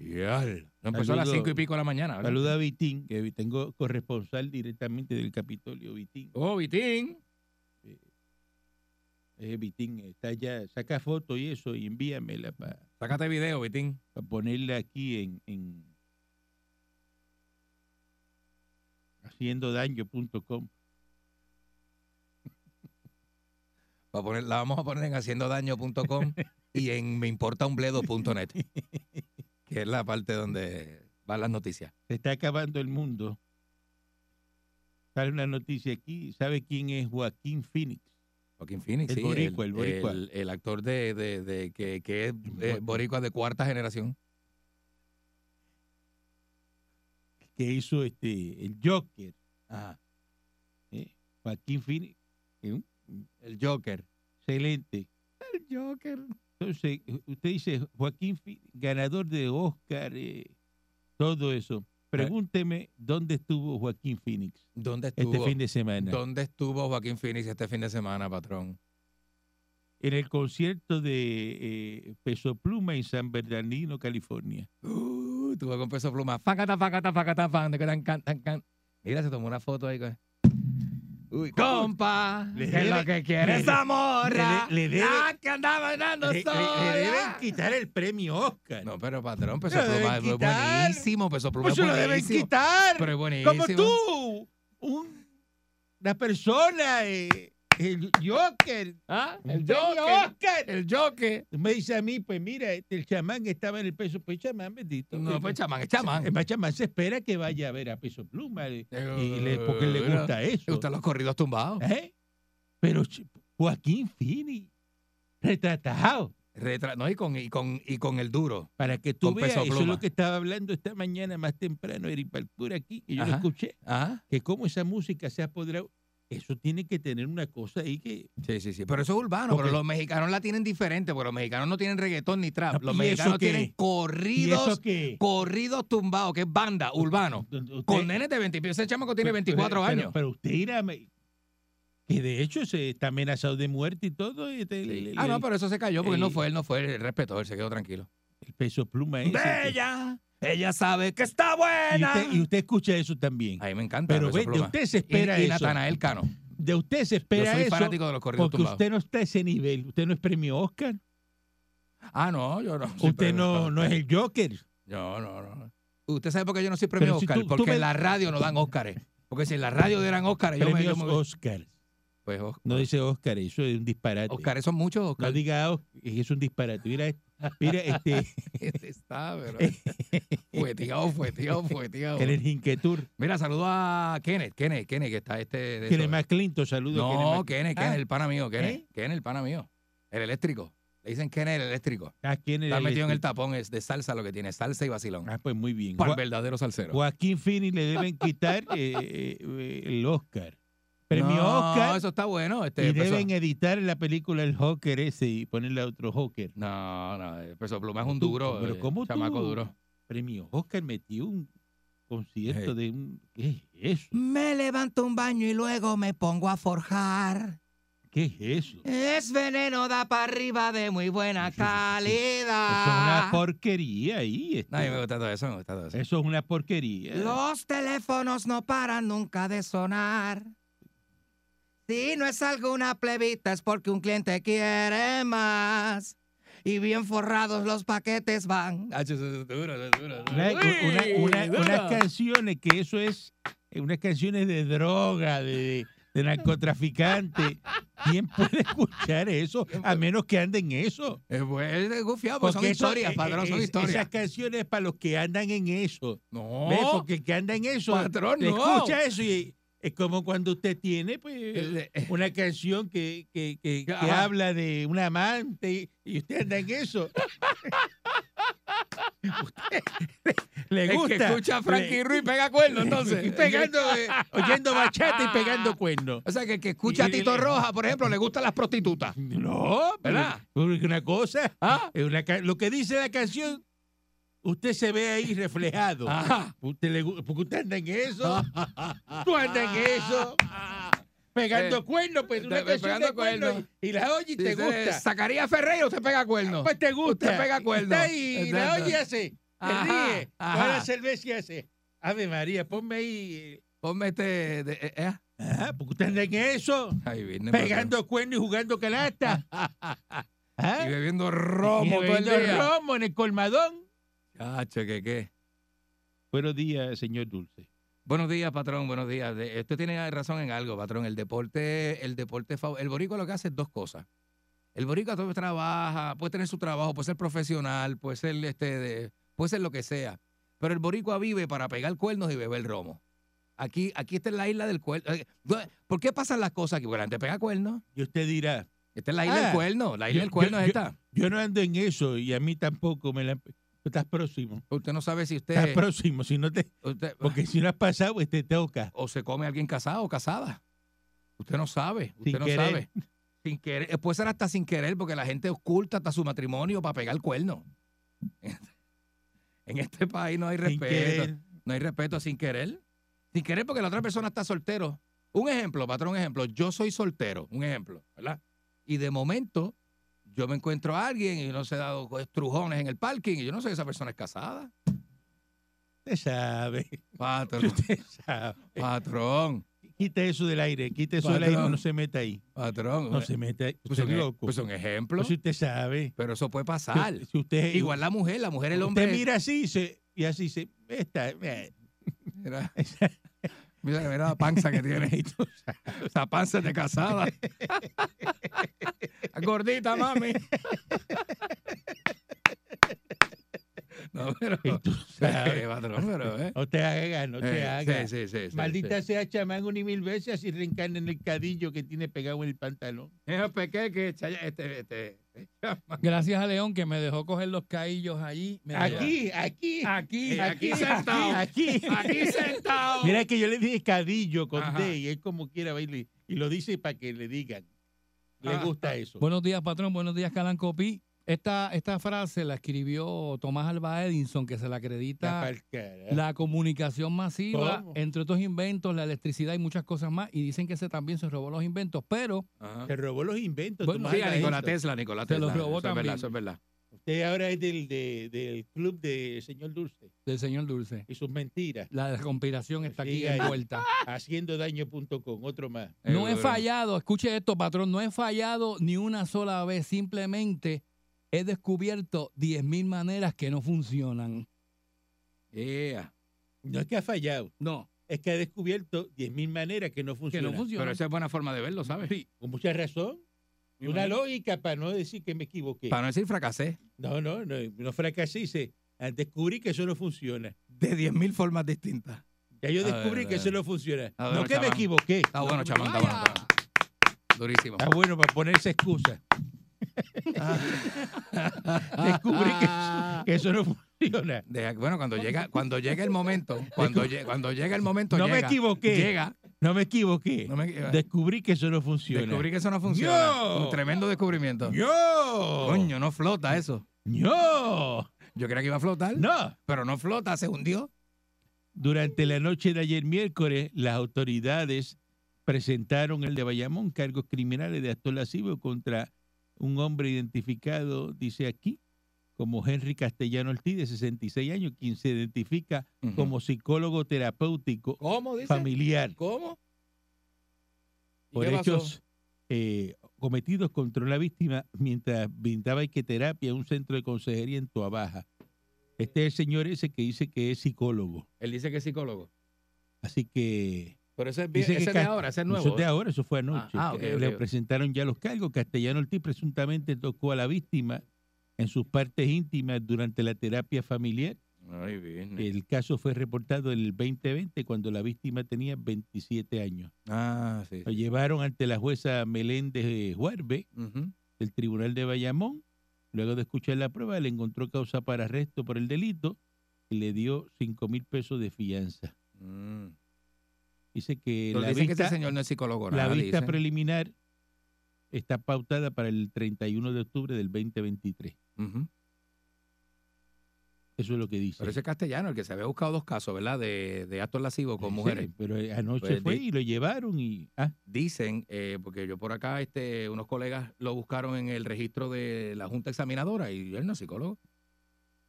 Speaker 4: Yal. No empezó a las
Speaker 3: Saludo.
Speaker 4: cinco y pico de la mañana, ¿verdad?
Speaker 3: Saluda a Vitín, que tengo corresponsal directamente del Capitolio, Vitín.
Speaker 4: Oh, Vitín.
Speaker 3: Eh, Vitín está allá, saca foto y eso y envíamela para
Speaker 4: Sácate video, Vitín.
Speaker 3: ponerla aquí en, en haciendodaño.com.
Speaker 4: Va a poner- la vamos a poner en haciendodaño.com y en meimportaunbledo.net, que es la parte donde van las noticias.
Speaker 3: Se está acabando el mundo. Sale una noticia aquí. ¿Sabe quién es Joaquín Phoenix?
Speaker 4: Joaquín Phoenix,
Speaker 3: El
Speaker 4: sí,
Speaker 3: boricua, el boricua.
Speaker 4: El, el actor de, de- de- que, que es eh,
Speaker 3: boricua.
Speaker 4: boricua de cuarta generación.
Speaker 3: Que hizo este el Joker. ¿eh? Joaquín Phoenix. es un
Speaker 4: El Joker.
Speaker 3: Excelente.
Speaker 4: El Joker.
Speaker 3: Entonces, usted dice, Joaquín Phoenix, ganador de Oscar, eh, todo eso. Pregúnteme dónde estuvo Joaquín Phoenix
Speaker 4: ¿Dónde
Speaker 3: este
Speaker 4: estuvo?
Speaker 3: fin de semana.
Speaker 4: ¿Dónde estuvo Joaquín Phoenix este fin de semana, patrón?
Speaker 3: En el concierto de eh, Peso Pluma en San Bernardino, California.
Speaker 4: Uh, tuve con peso pluma. Facata, facata, facata, fan, de que tan, can, tan, can. Mira, se tomó una foto ahí. con- Uy, compa,
Speaker 3: Le
Speaker 4: que
Speaker 3: debe-
Speaker 4: lo que quiere
Speaker 3: le
Speaker 4: es esa
Speaker 3: debe-
Speaker 4: morra.
Speaker 3: le- le debe-
Speaker 4: la que andaba
Speaker 3: Eh,
Speaker 4: dando
Speaker 3: Le- le-
Speaker 4: sola.
Speaker 3: le deben quitar el premio Oscar.
Speaker 4: No, pero patrón, peso
Speaker 3: Lo deben
Speaker 4: pluma es
Speaker 3: quitar.
Speaker 4: buenísimo. Peso pluma
Speaker 3: Pues
Speaker 4: es
Speaker 3: se lo deben
Speaker 4: buenísimo.
Speaker 3: quitar.
Speaker 4: Pero es buenísimo.
Speaker 3: Como tú, un- una persona, eh, el Joker,
Speaker 4: ¿Ah?
Speaker 3: un
Speaker 4: El
Speaker 3: premio
Speaker 4: Joker.
Speaker 3: Oscar.
Speaker 4: El Joker.
Speaker 3: Me dice a mí, pues mira, este, el chamán estaba en el peso, pues chamán, bendito. Este,
Speaker 4: No, pues chamán, es chamán.
Speaker 3: El más chamán se espera que vaya a ver a Peso Pluma, eh,
Speaker 4: Eh,
Speaker 3: y le- porque le
Speaker 4: mira,
Speaker 3: gusta
Speaker 4: Le
Speaker 3: eso.
Speaker 4: gustan los corridos tumbados.
Speaker 3: ¿eh? Pero ch- Joaquín Fini, retratado,
Speaker 4: Retra- no, y con, y, con, y con el duro.
Speaker 3: para que tú
Speaker 4: Con
Speaker 3: veas,
Speaker 4: Peso
Speaker 3: eso es
Speaker 4: Pluma.
Speaker 3: lo que estaba hablando esta mañana más temprano, Eric Balcour aquí, que yo lo
Speaker 4: Ajá.
Speaker 3: escuché,
Speaker 4: ¿Ah?
Speaker 3: que cómo esa música se ha apoderado, eso tiene que tener una cosa ahí que...
Speaker 4: Sí, sí, sí. Pero eso es urbano.
Speaker 3: Porque-
Speaker 4: Pero los mexicanos la tienen diferente. Porque los mexicanos no tienen reggaetón ni trap.
Speaker 3: No,
Speaker 4: Los
Speaker 3: ¿y eso
Speaker 4: mexicanos
Speaker 3: qué?
Speaker 4: tienen
Speaker 3: ¿Y eso
Speaker 4: corridos,
Speaker 3: qué?
Speaker 4: corridos tumbados, que es banda, urbano.
Speaker 3: Usted-
Speaker 4: Con nenes de 20. Ese chamaco tiene
Speaker 3: Eh, Pero-
Speaker 4: 24
Speaker 3: pero-
Speaker 4: años.
Speaker 3: Pero, pero usted irá, que de hecho se está amenazado de muerte y todo. y este- el, el-
Speaker 4: ah, no, pero eso se cayó porque él no
Speaker 3: eh,
Speaker 4: fue, él no fue, él respetó, él se quedó tranquilo.
Speaker 3: el peso pluma ese.
Speaker 4: Bella, ella sabe que está
Speaker 3: Y
Speaker 4: buena.
Speaker 3: usted, y usted escucha eso también.
Speaker 4: A mí me encanta.
Speaker 3: pero
Speaker 4: Peso
Speaker 3: vete,
Speaker 4: Pluma.
Speaker 3: usted se
Speaker 4: Y-
Speaker 3: espera
Speaker 4: y,
Speaker 3: eso.
Speaker 4: Natanael Cano.
Speaker 3: de usted se
Speaker 4: Yo
Speaker 3: espera
Speaker 4: soy
Speaker 3: eso
Speaker 4: fanático de los corridos
Speaker 3: porque
Speaker 4: tumbados.
Speaker 3: usted no está a ese nivel. Usted no es premio Oscar.
Speaker 4: Ah, no, yo no. soy
Speaker 3: usted
Speaker 4: premio
Speaker 3: no,
Speaker 4: Oscar.
Speaker 3: no es el Joker.
Speaker 4: Yo no, no. Usted sabe por qué yo no soy premio
Speaker 3: Pero si
Speaker 4: Oscar.
Speaker 3: tú- tú
Speaker 4: porque
Speaker 3: me-
Speaker 4: en la radio no dan Óscares. Porque si en la radio dieran Óscares, yo me, yo
Speaker 3: Premios
Speaker 4: me-
Speaker 3: Oscar.
Speaker 4: Pues Óscar.
Speaker 3: No dice Oscar, eso es un disparate.
Speaker 4: Óscares son muchos
Speaker 3: No
Speaker 4: Óscares.
Speaker 3: diga Oscar, es un disparate. Mira, mira este,
Speaker 4: Este está, pero. fueteado, fueteado, fueteado.
Speaker 3: en el Inquietur.
Speaker 4: Mira, saludo a Kenneth, Kenneth, Kenneth, que está este. de
Speaker 3: Tiene
Speaker 4: eso,
Speaker 3: más Clinton, saludos.
Speaker 4: No,
Speaker 3: ¿quién
Speaker 4: Kenneth, Kenneth, el pana mío, Kenneth.
Speaker 3: Ah. ¿Eh?
Speaker 4: Kenneth, el pana mío. El eléctrico. Le dicen Kenneth el eléctrico.
Speaker 3: Ah, ¿quién era
Speaker 4: Está metido en el
Speaker 3: este?
Speaker 4: tapón, es de salsa lo que tiene, salsa y vacilón.
Speaker 3: Ah, pues muy bien.
Speaker 4: Para el
Speaker 3: Gua-
Speaker 4: verdadero salsero.
Speaker 3: Joaquín Phoenix le deben quitar eh, eh, eh, el Oscar. Premio
Speaker 4: no,
Speaker 3: Oscar.
Speaker 4: eso está bueno. Este,
Speaker 3: y
Speaker 4: Peso-
Speaker 3: deben editar la película El Joker ese y ponerle a otro Joker.
Speaker 4: No, no, eh, el Peso Pluma es un
Speaker 3: Tú,
Speaker 4: duro.
Speaker 3: pero
Speaker 4: eh,
Speaker 3: ¿cómo tú?
Speaker 4: chamaco duro.
Speaker 3: Premio Oscar metió un concierto
Speaker 4: Eh.
Speaker 3: de un... ¿Qué es eso?
Speaker 4: Me levanto un baño y luego me pongo a forjar.
Speaker 3: ¿Qué es eso? Eso
Speaker 4: Es veneno da para arriba de muy buena
Speaker 3: Eso- eso- es una porquería ahí. este.
Speaker 4: No, a mí me gusta todo eso, me gusta todo eso.
Speaker 3: Eso es una porquería.
Speaker 4: Los teléfonos no paran nunca de sonar. Si no es alguna plebita es porque un cliente quiere más. Y bien forrados los paquetes van.
Speaker 3: Una- una- una- unas canciones que eso es, eh, unas canciones de droga, de, de narcotraficante. ¿Quién puede escuchar eso? A menos que anden eso.
Speaker 4: Es bueno, es gufiado, porque Ah, pues son
Speaker 3: Porque eso,
Speaker 4: historias,
Speaker 3: eh,
Speaker 4: padrón, son
Speaker 3: es-
Speaker 4: historias.
Speaker 3: Esas canciones para los que andan en eso.
Speaker 4: No,
Speaker 3: ¿Ves? Porque el que anda en eso,
Speaker 4: Patrón,
Speaker 3: le
Speaker 4: no.
Speaker 3: escucha eso y es como cuando usted tiene pues,
Speaker 4: El- eh,
Speaker 3: una canción que, que- que- que
Speaker 4: Ajá.
Speaker 3: habla de un amante y, y usted anda en eso. Usted le, le
Speaker 4: el
Speaker 3: gusta.
Speaker 4: que escucha a Frankie
Speaker 3: le-
Speaker 4: Ruiz pega cuerno, entonces.
Speaker 3: y pegando, eh, oyendo bachata y pegando cuernos.
Speaker 4: O sea, que el que escucha a
Speaker 3: Y-
Speaker 4: Tito Roja, por ejemplo, le gustan las prostitutas.
Speaker 3: No,
Speaker 4: ¿Verdad?
Speaker 3: ¿verdad? Una cosa,
Speaker 4: ¿Ah?
Speaker 3: es una ca- lo que dice la canción, usted se ve ahí reflejado.
Speaker 4: Ajá.
Speaker 3: Usted le gu- porque usted anda en eso. Tú andas en eso. Pegando
Speaker 4: Eh,
Speaker 3: cuernos, pues una
Speaker 4: de-
Speaker 3: canción
Speaker 4: pegando
Speaker 3: de cuernos.
Speaker 4: cuernos.
Speaker 3: Y, y la oye y te
Speaker 4: Dice,
Speaker 3: gusta.
Speaker 4: Zacarías Ferreira, usted pega cuerno.
Speaker 3: Pues te gusta.
Speaker 4: Usted pega cuernos.
Speaker 3: Está ahí, y la
Speaker 4: Exacto.
Speaker 3: oye y hace. Te
Speaker 4: Ajá,
Speaker 3: ríe.
Speaker 4: ajá.
Speaker 3: Ahora cerveza y hace. Ave María, ponme ahí. eh,
Speaker 4: Ponme este. de- eh, eh.
Speaker 3: ah, porque usted anda en eso.
Speaker 4: Ay, vine,
Speaker 3: Pegando cuernos y jugando canasta.
Speaker 4: patrón.
Speaker 3: ¿Ah?
Speaker 4: Y bebiendo romo
Speaker 3: Y
Speaker 4: todo el
Speaker 3: bebiendo
Speaker 4: día.
Speaker 3: romo en el colmadón.
Speaker 4: Chacho, que qué.
Speaker 3: Buenos días, señor Dulce.
Speaker 4: Buenos días, patrón, buenos días. De- Usted tiene razón en algo, patrón. El deporte, el deporte, fav- el boricua lo que hace es dos cosas. El boricua todo trabaja, puede tener su trabajo, puede ser profesional, puede ser este, de- puede ser lo que sea. Pero el boricua vive para pegar cuernos y beber romo. Aquí, aquí está en la isla del cuerno. Eh, ¿dó- ¿Por qué pasan las cosas aquí? Porque la gente pega cuernos.
Speaker 3: Y usted dirá,
Speaker 4: Esta es la isla
Speaker 3: Ah,
Speaker 4: del cuerno. La isla
Speaker 3: yo-
Speaker 4: del cuerno
Speaker 3: yo-
Speaker 4: es esta.
Speaker 3: yo no ando en eso y a mí tampoco me la... Tú Estás próximo.
Speaker 4: Usted no sabe si
Speaker 3: Estás
Speaker 4: usted,
Speaker 3: próximo. Si no te,
Speaker 4: usted-
Speaker 3: porque si no has pasado, pues te toca.
Speaker 4: o se come a alguien casado o casada. Usted no sabe. Usted
Speaker 3: Sin
Speaker 4: no
Speaker 3: querer.
Speaker 4: sabe. Sin querer. eh, Puede ser hasta sin querer, porque la gente oculta hasta su matrimonio para pegar cuerno. En este país no hay
Speaker 3: Sin
Speaker 4: respeto.
Speaker 3: querer.
Speaker 4: No hay respeto sin querer. Sin querer porque la otra persona está soltero. Un ejemplo, patrón, un ejemplo. Yo soy soltero, un ejemplo, ¿verdad? Y de momento yo me encuentro a alguien y no se ha dado estrujones en el parking y yo no sé si esa persona es casada.
Speaker 3: Usted sabe.
Speaker 4: Patrón,
Speaker 3: Usted sabe.
Speaker 4: patrón,
Speaker 3: Quita eso del aire. Quita eso del aire.
Speaker 4: Patrón.
Speaker 3: No se meta ahí.
Speaker 4: patrón.
Speaker 3: No se meta ahí.
Speaker 4: Pues
Speaker 3: Usted
Speaker 4: un,
Speaker 3: es
Speaker 4: e-
Speaker 3: loco.
Speaker 4: pues un ejemplo.
Speaker 3: Pero si usted sabe.
Speaker 4: pero eso puede
Speaker 3: Si-
Speaker 4: pasar.
Speaker 3: Si usted,
Speaker 4: Igual la mujer, la mujer, el hombre.
Speaker 3: Usted mira así y, se- y así se... Esta, eh,
Speaker 4: Mira, mira, mira la panza que tiene. Esa panza es de casada. Gordita, mami. No, pero.
Speaker 3: y tú
Speaker 4: Eh,
Speaker 3: sabes.
Speaker 4: patrón, pero, eh.
Speaker 3: No te hagas, no te
Speaker 4: Eh,
Speaker 3: hagas.
Speaker 4: sí, sí, sí, sí,
Speaker 3: Maldita
Speaker 4: sí.
Speaker 3: sea chamán un y mil veces y reencarna en el cadillo que tiene pegado en el pantalón.
Speaker 4: Ese pequeque, chaya, este, este, este, chamán.
Speaker 10: Gracias a León que me dejó coger los caillos allí. Me
Speaker 3: Aquí, aquí.
Speaker 10: aquí,
Speaker 3: eh,
Speaker 4: Ah, aquí sentado.
Speaker 3: Aquí.
Speaker 4: Aquí sentado.
Speaker 3: Mira que yo le dije cadillo con
Speaker 4: Ajá.
Speaker 3: D y él como quiera va y, le- y lo dice para que le digan. Le
Speaker 4: Ah.
Speaker 3: gusta eso.
Speaker 10: Buenos días, patrón. Buenos días, Calancopi. Esta, esta frase la escribió Tomás Alba Edison, que se la
Speaker 3: Está
Speaker 10: acredita
Speaker 3: pa'l cara.
Speaker 10: la comunicación masiva,
Speaker 3: ¿Cómo?
Speaker 4: eh.
Speaker 10: entre otros inventos, la electricidad y muchas cosas más. Y dicen que ese también se robó los inventos, pero
Speaker 4: Ajá.
Speaker 3: Se robó los inventos.
Speaker 10: Bueno,
Speaker 3: Tomás
Speaker 4: Sí, a
Speaker 3: Alba
Speaker 4: Nikola
Speaker 3: Edison.
Speaker 4: Tesla, Nikola
Speaker 10: Se
Speaker 4: Tesla.
Speaker 10: los robó
Speaker 4: eso es verdad,
Speaker 10: también.
Speaker 4: eso es verdad.
Speaker 3: Usted ahora es del, de- del club del señor Dulce
Speaker 10: del señor Dulce.
Speaker 3: y sus mentiras.
Speaker 10: La conspiración está aquí
Speaker 3: Siga ahí.
Speaker 10: envuelta.
Speaker 4: ¡Ah!
Speaker 3: Haciendo daño.com, otro más.
Speaker 10: No he
Speaker 4: Seguro.
Speaker 10: fallado, escuche esto, patrón, no he fallado ni una sola vez, simplemente he descubierto 10.000 maneras que no funcionan.
Speaker 4: Yeah.
Speaker 3: No es que ha fallado,
Speaker 10: No,
Speaker 3: es que ha descubierto 10.000 maneras que no
Speaker 10: que no
Speaker 3: funcionan.
Speaker 4: Pero
Speaker 10: funcionan.
Speaker 4: esa es buena forma de verlo, ¿sabes?
Speaker 3: Sí, con mucha razón. Y una
Speaker 10: Imagínate.
Speaker 3: lógica para no decir que me equivoqué.
Speaker 4: Para no decir fracasé.
Speaker 3: No, no, no, no fracasé. Dice, ah, descubrí que eso no funciona.
Speaker 4: De 10.000 formas distintas.
Speaker 3: Ya yo
Speaker 4: A ver,
Speaker 3: descubrí
Speaker 4: a
Speaker 3: que
Speaker 4: ver.
Speaker 3: eso no funciona.
Speaker 4: A ver,
Speaker 3: no que me
Speaker 4: chaval.
Speaker 3: equivoqué.
Speaker 4: Está bueno, chamán, está bueno. está bueno. Durísimo.
Speaker 3: Está bueno para ponerse excusa. Descubrí que eso, que eso no funciona.
Speaker 4: Ah. Deja- bueno, cuando llega, cuando llega el momento, cuando, lle- cuando llega el momento,
Speaker 3: No me
Speaker 4: llega,
Speaker 3: equivoqué.
Speaker 4: Llega.
Speaker 3: No me equivoqué.
Speaker 4: No me-
Speaker 3: Descubrí que eso no funciona.
Speaker 4: descubrí que eso no funciona.
Speaker 3: Yo.
Speaker 4: Un tremendo descubrimiento.
Speaker 3: ¡Yo!
Speaker 4: Coño, no flota eso.
Speaker 3: ¡Yo!
Speaker 4: Yo creía que iba a flotar,
Speaker 3: No.
Speaker 4: pero no flota, se hundió.
Speaker 3: Durante la noche de ayer miércoles, las autoridades presentaron el de Bayamón cargos criminales de acto lascivo contra un hombre identificado, dice aquí, como Henry Castellano Ortiz, de 66 años, quien se identifica como psicólogo terapéutico
Speaker 4: ¿Cómo dice?
Speaker 3: familiar
Speaker 4: ¿Cómo? ¿Y
Speaker 3: por
Speaker 4: qué pasó?
Speaker 3: hechos eh, cometidos contra una víctima mientras brindaba equiterapia en un centro de consejería en Tuabaja. Este es el señor ese que dice que es psicólogo.
Speaker 4: Él dice que es psicólogo.
Speaker 3: Así que
Speaker 4: Pero ese es,
Speaker 3: Dice
Speaker 4: vie-
Speaker 3: que
Speaker 4: ese es de
Speaker 3: Cast-
Speaker 4: ahora, ese es
Speaker 3: Eso
Speaker 4: nuevo.
Speaker 3: es de ahora, eso fue anoche.
Speaker 4: Ah, ah, ok,
Speaker 3: Eh,
Speaker 4: ok,
Speaker 3: Le
Speaker 4: ok.
Speaker 3: presentaron ya los cargos. Castellano Ortiz presuntamente tocó a la víctima en sus partes íntimas durante la terapia familiar.
Speaker 4: Ay, bien.
Speaker 3: El caso fue reportado en el 2020 cuando la víctima tenía 27 años.
Speaker 4: Ah, sí.
Speaker 3: Lo llevaron ante la jueza Meléndez eh, Juarbe
Speaker 4: Ujú.
Speaker 3: del Tribunal de Bayamón. Luego de escuchar la prueba, le encontró causa para arresto por el delito y le dio 5 mil pesos de fianza.
Speaker 4: Mm.
Speaker 3: Dice que
Speaker 4: Pero
Speaker 3: la
Speaker 4: dicen que
Speaker 3: vista-
Speaker 4: ese señor no es psicólogo.
Speaker 3: La
Speaker 4: nada,
Speaker 3: vista
Speaker 4: dicen.
Speaker 3: preliminar está pautada para el 31 de octubre del 2023.
Speaker 4: Ujú.
Speaker 3: Eso es lo que dice.
Speaker 4: Pero ese es castellano, el que se había buscado dos casos, ¿verdad? De, de actos lascivos con
Speaker 3: Sí,
Speaker 4: mujeres.
Speaker 3: pero eh, anoche
Speaker 4: Pues,
Speaker 3: fue
Speaker 4: di-
Speaker 3: y lo llevaron y... Ah,
Speaker 4: Dicen, eh, porque yo por acá, este, unos colegas lo buscaron en el registro de la Junta Examinadora y él no es psicólogo.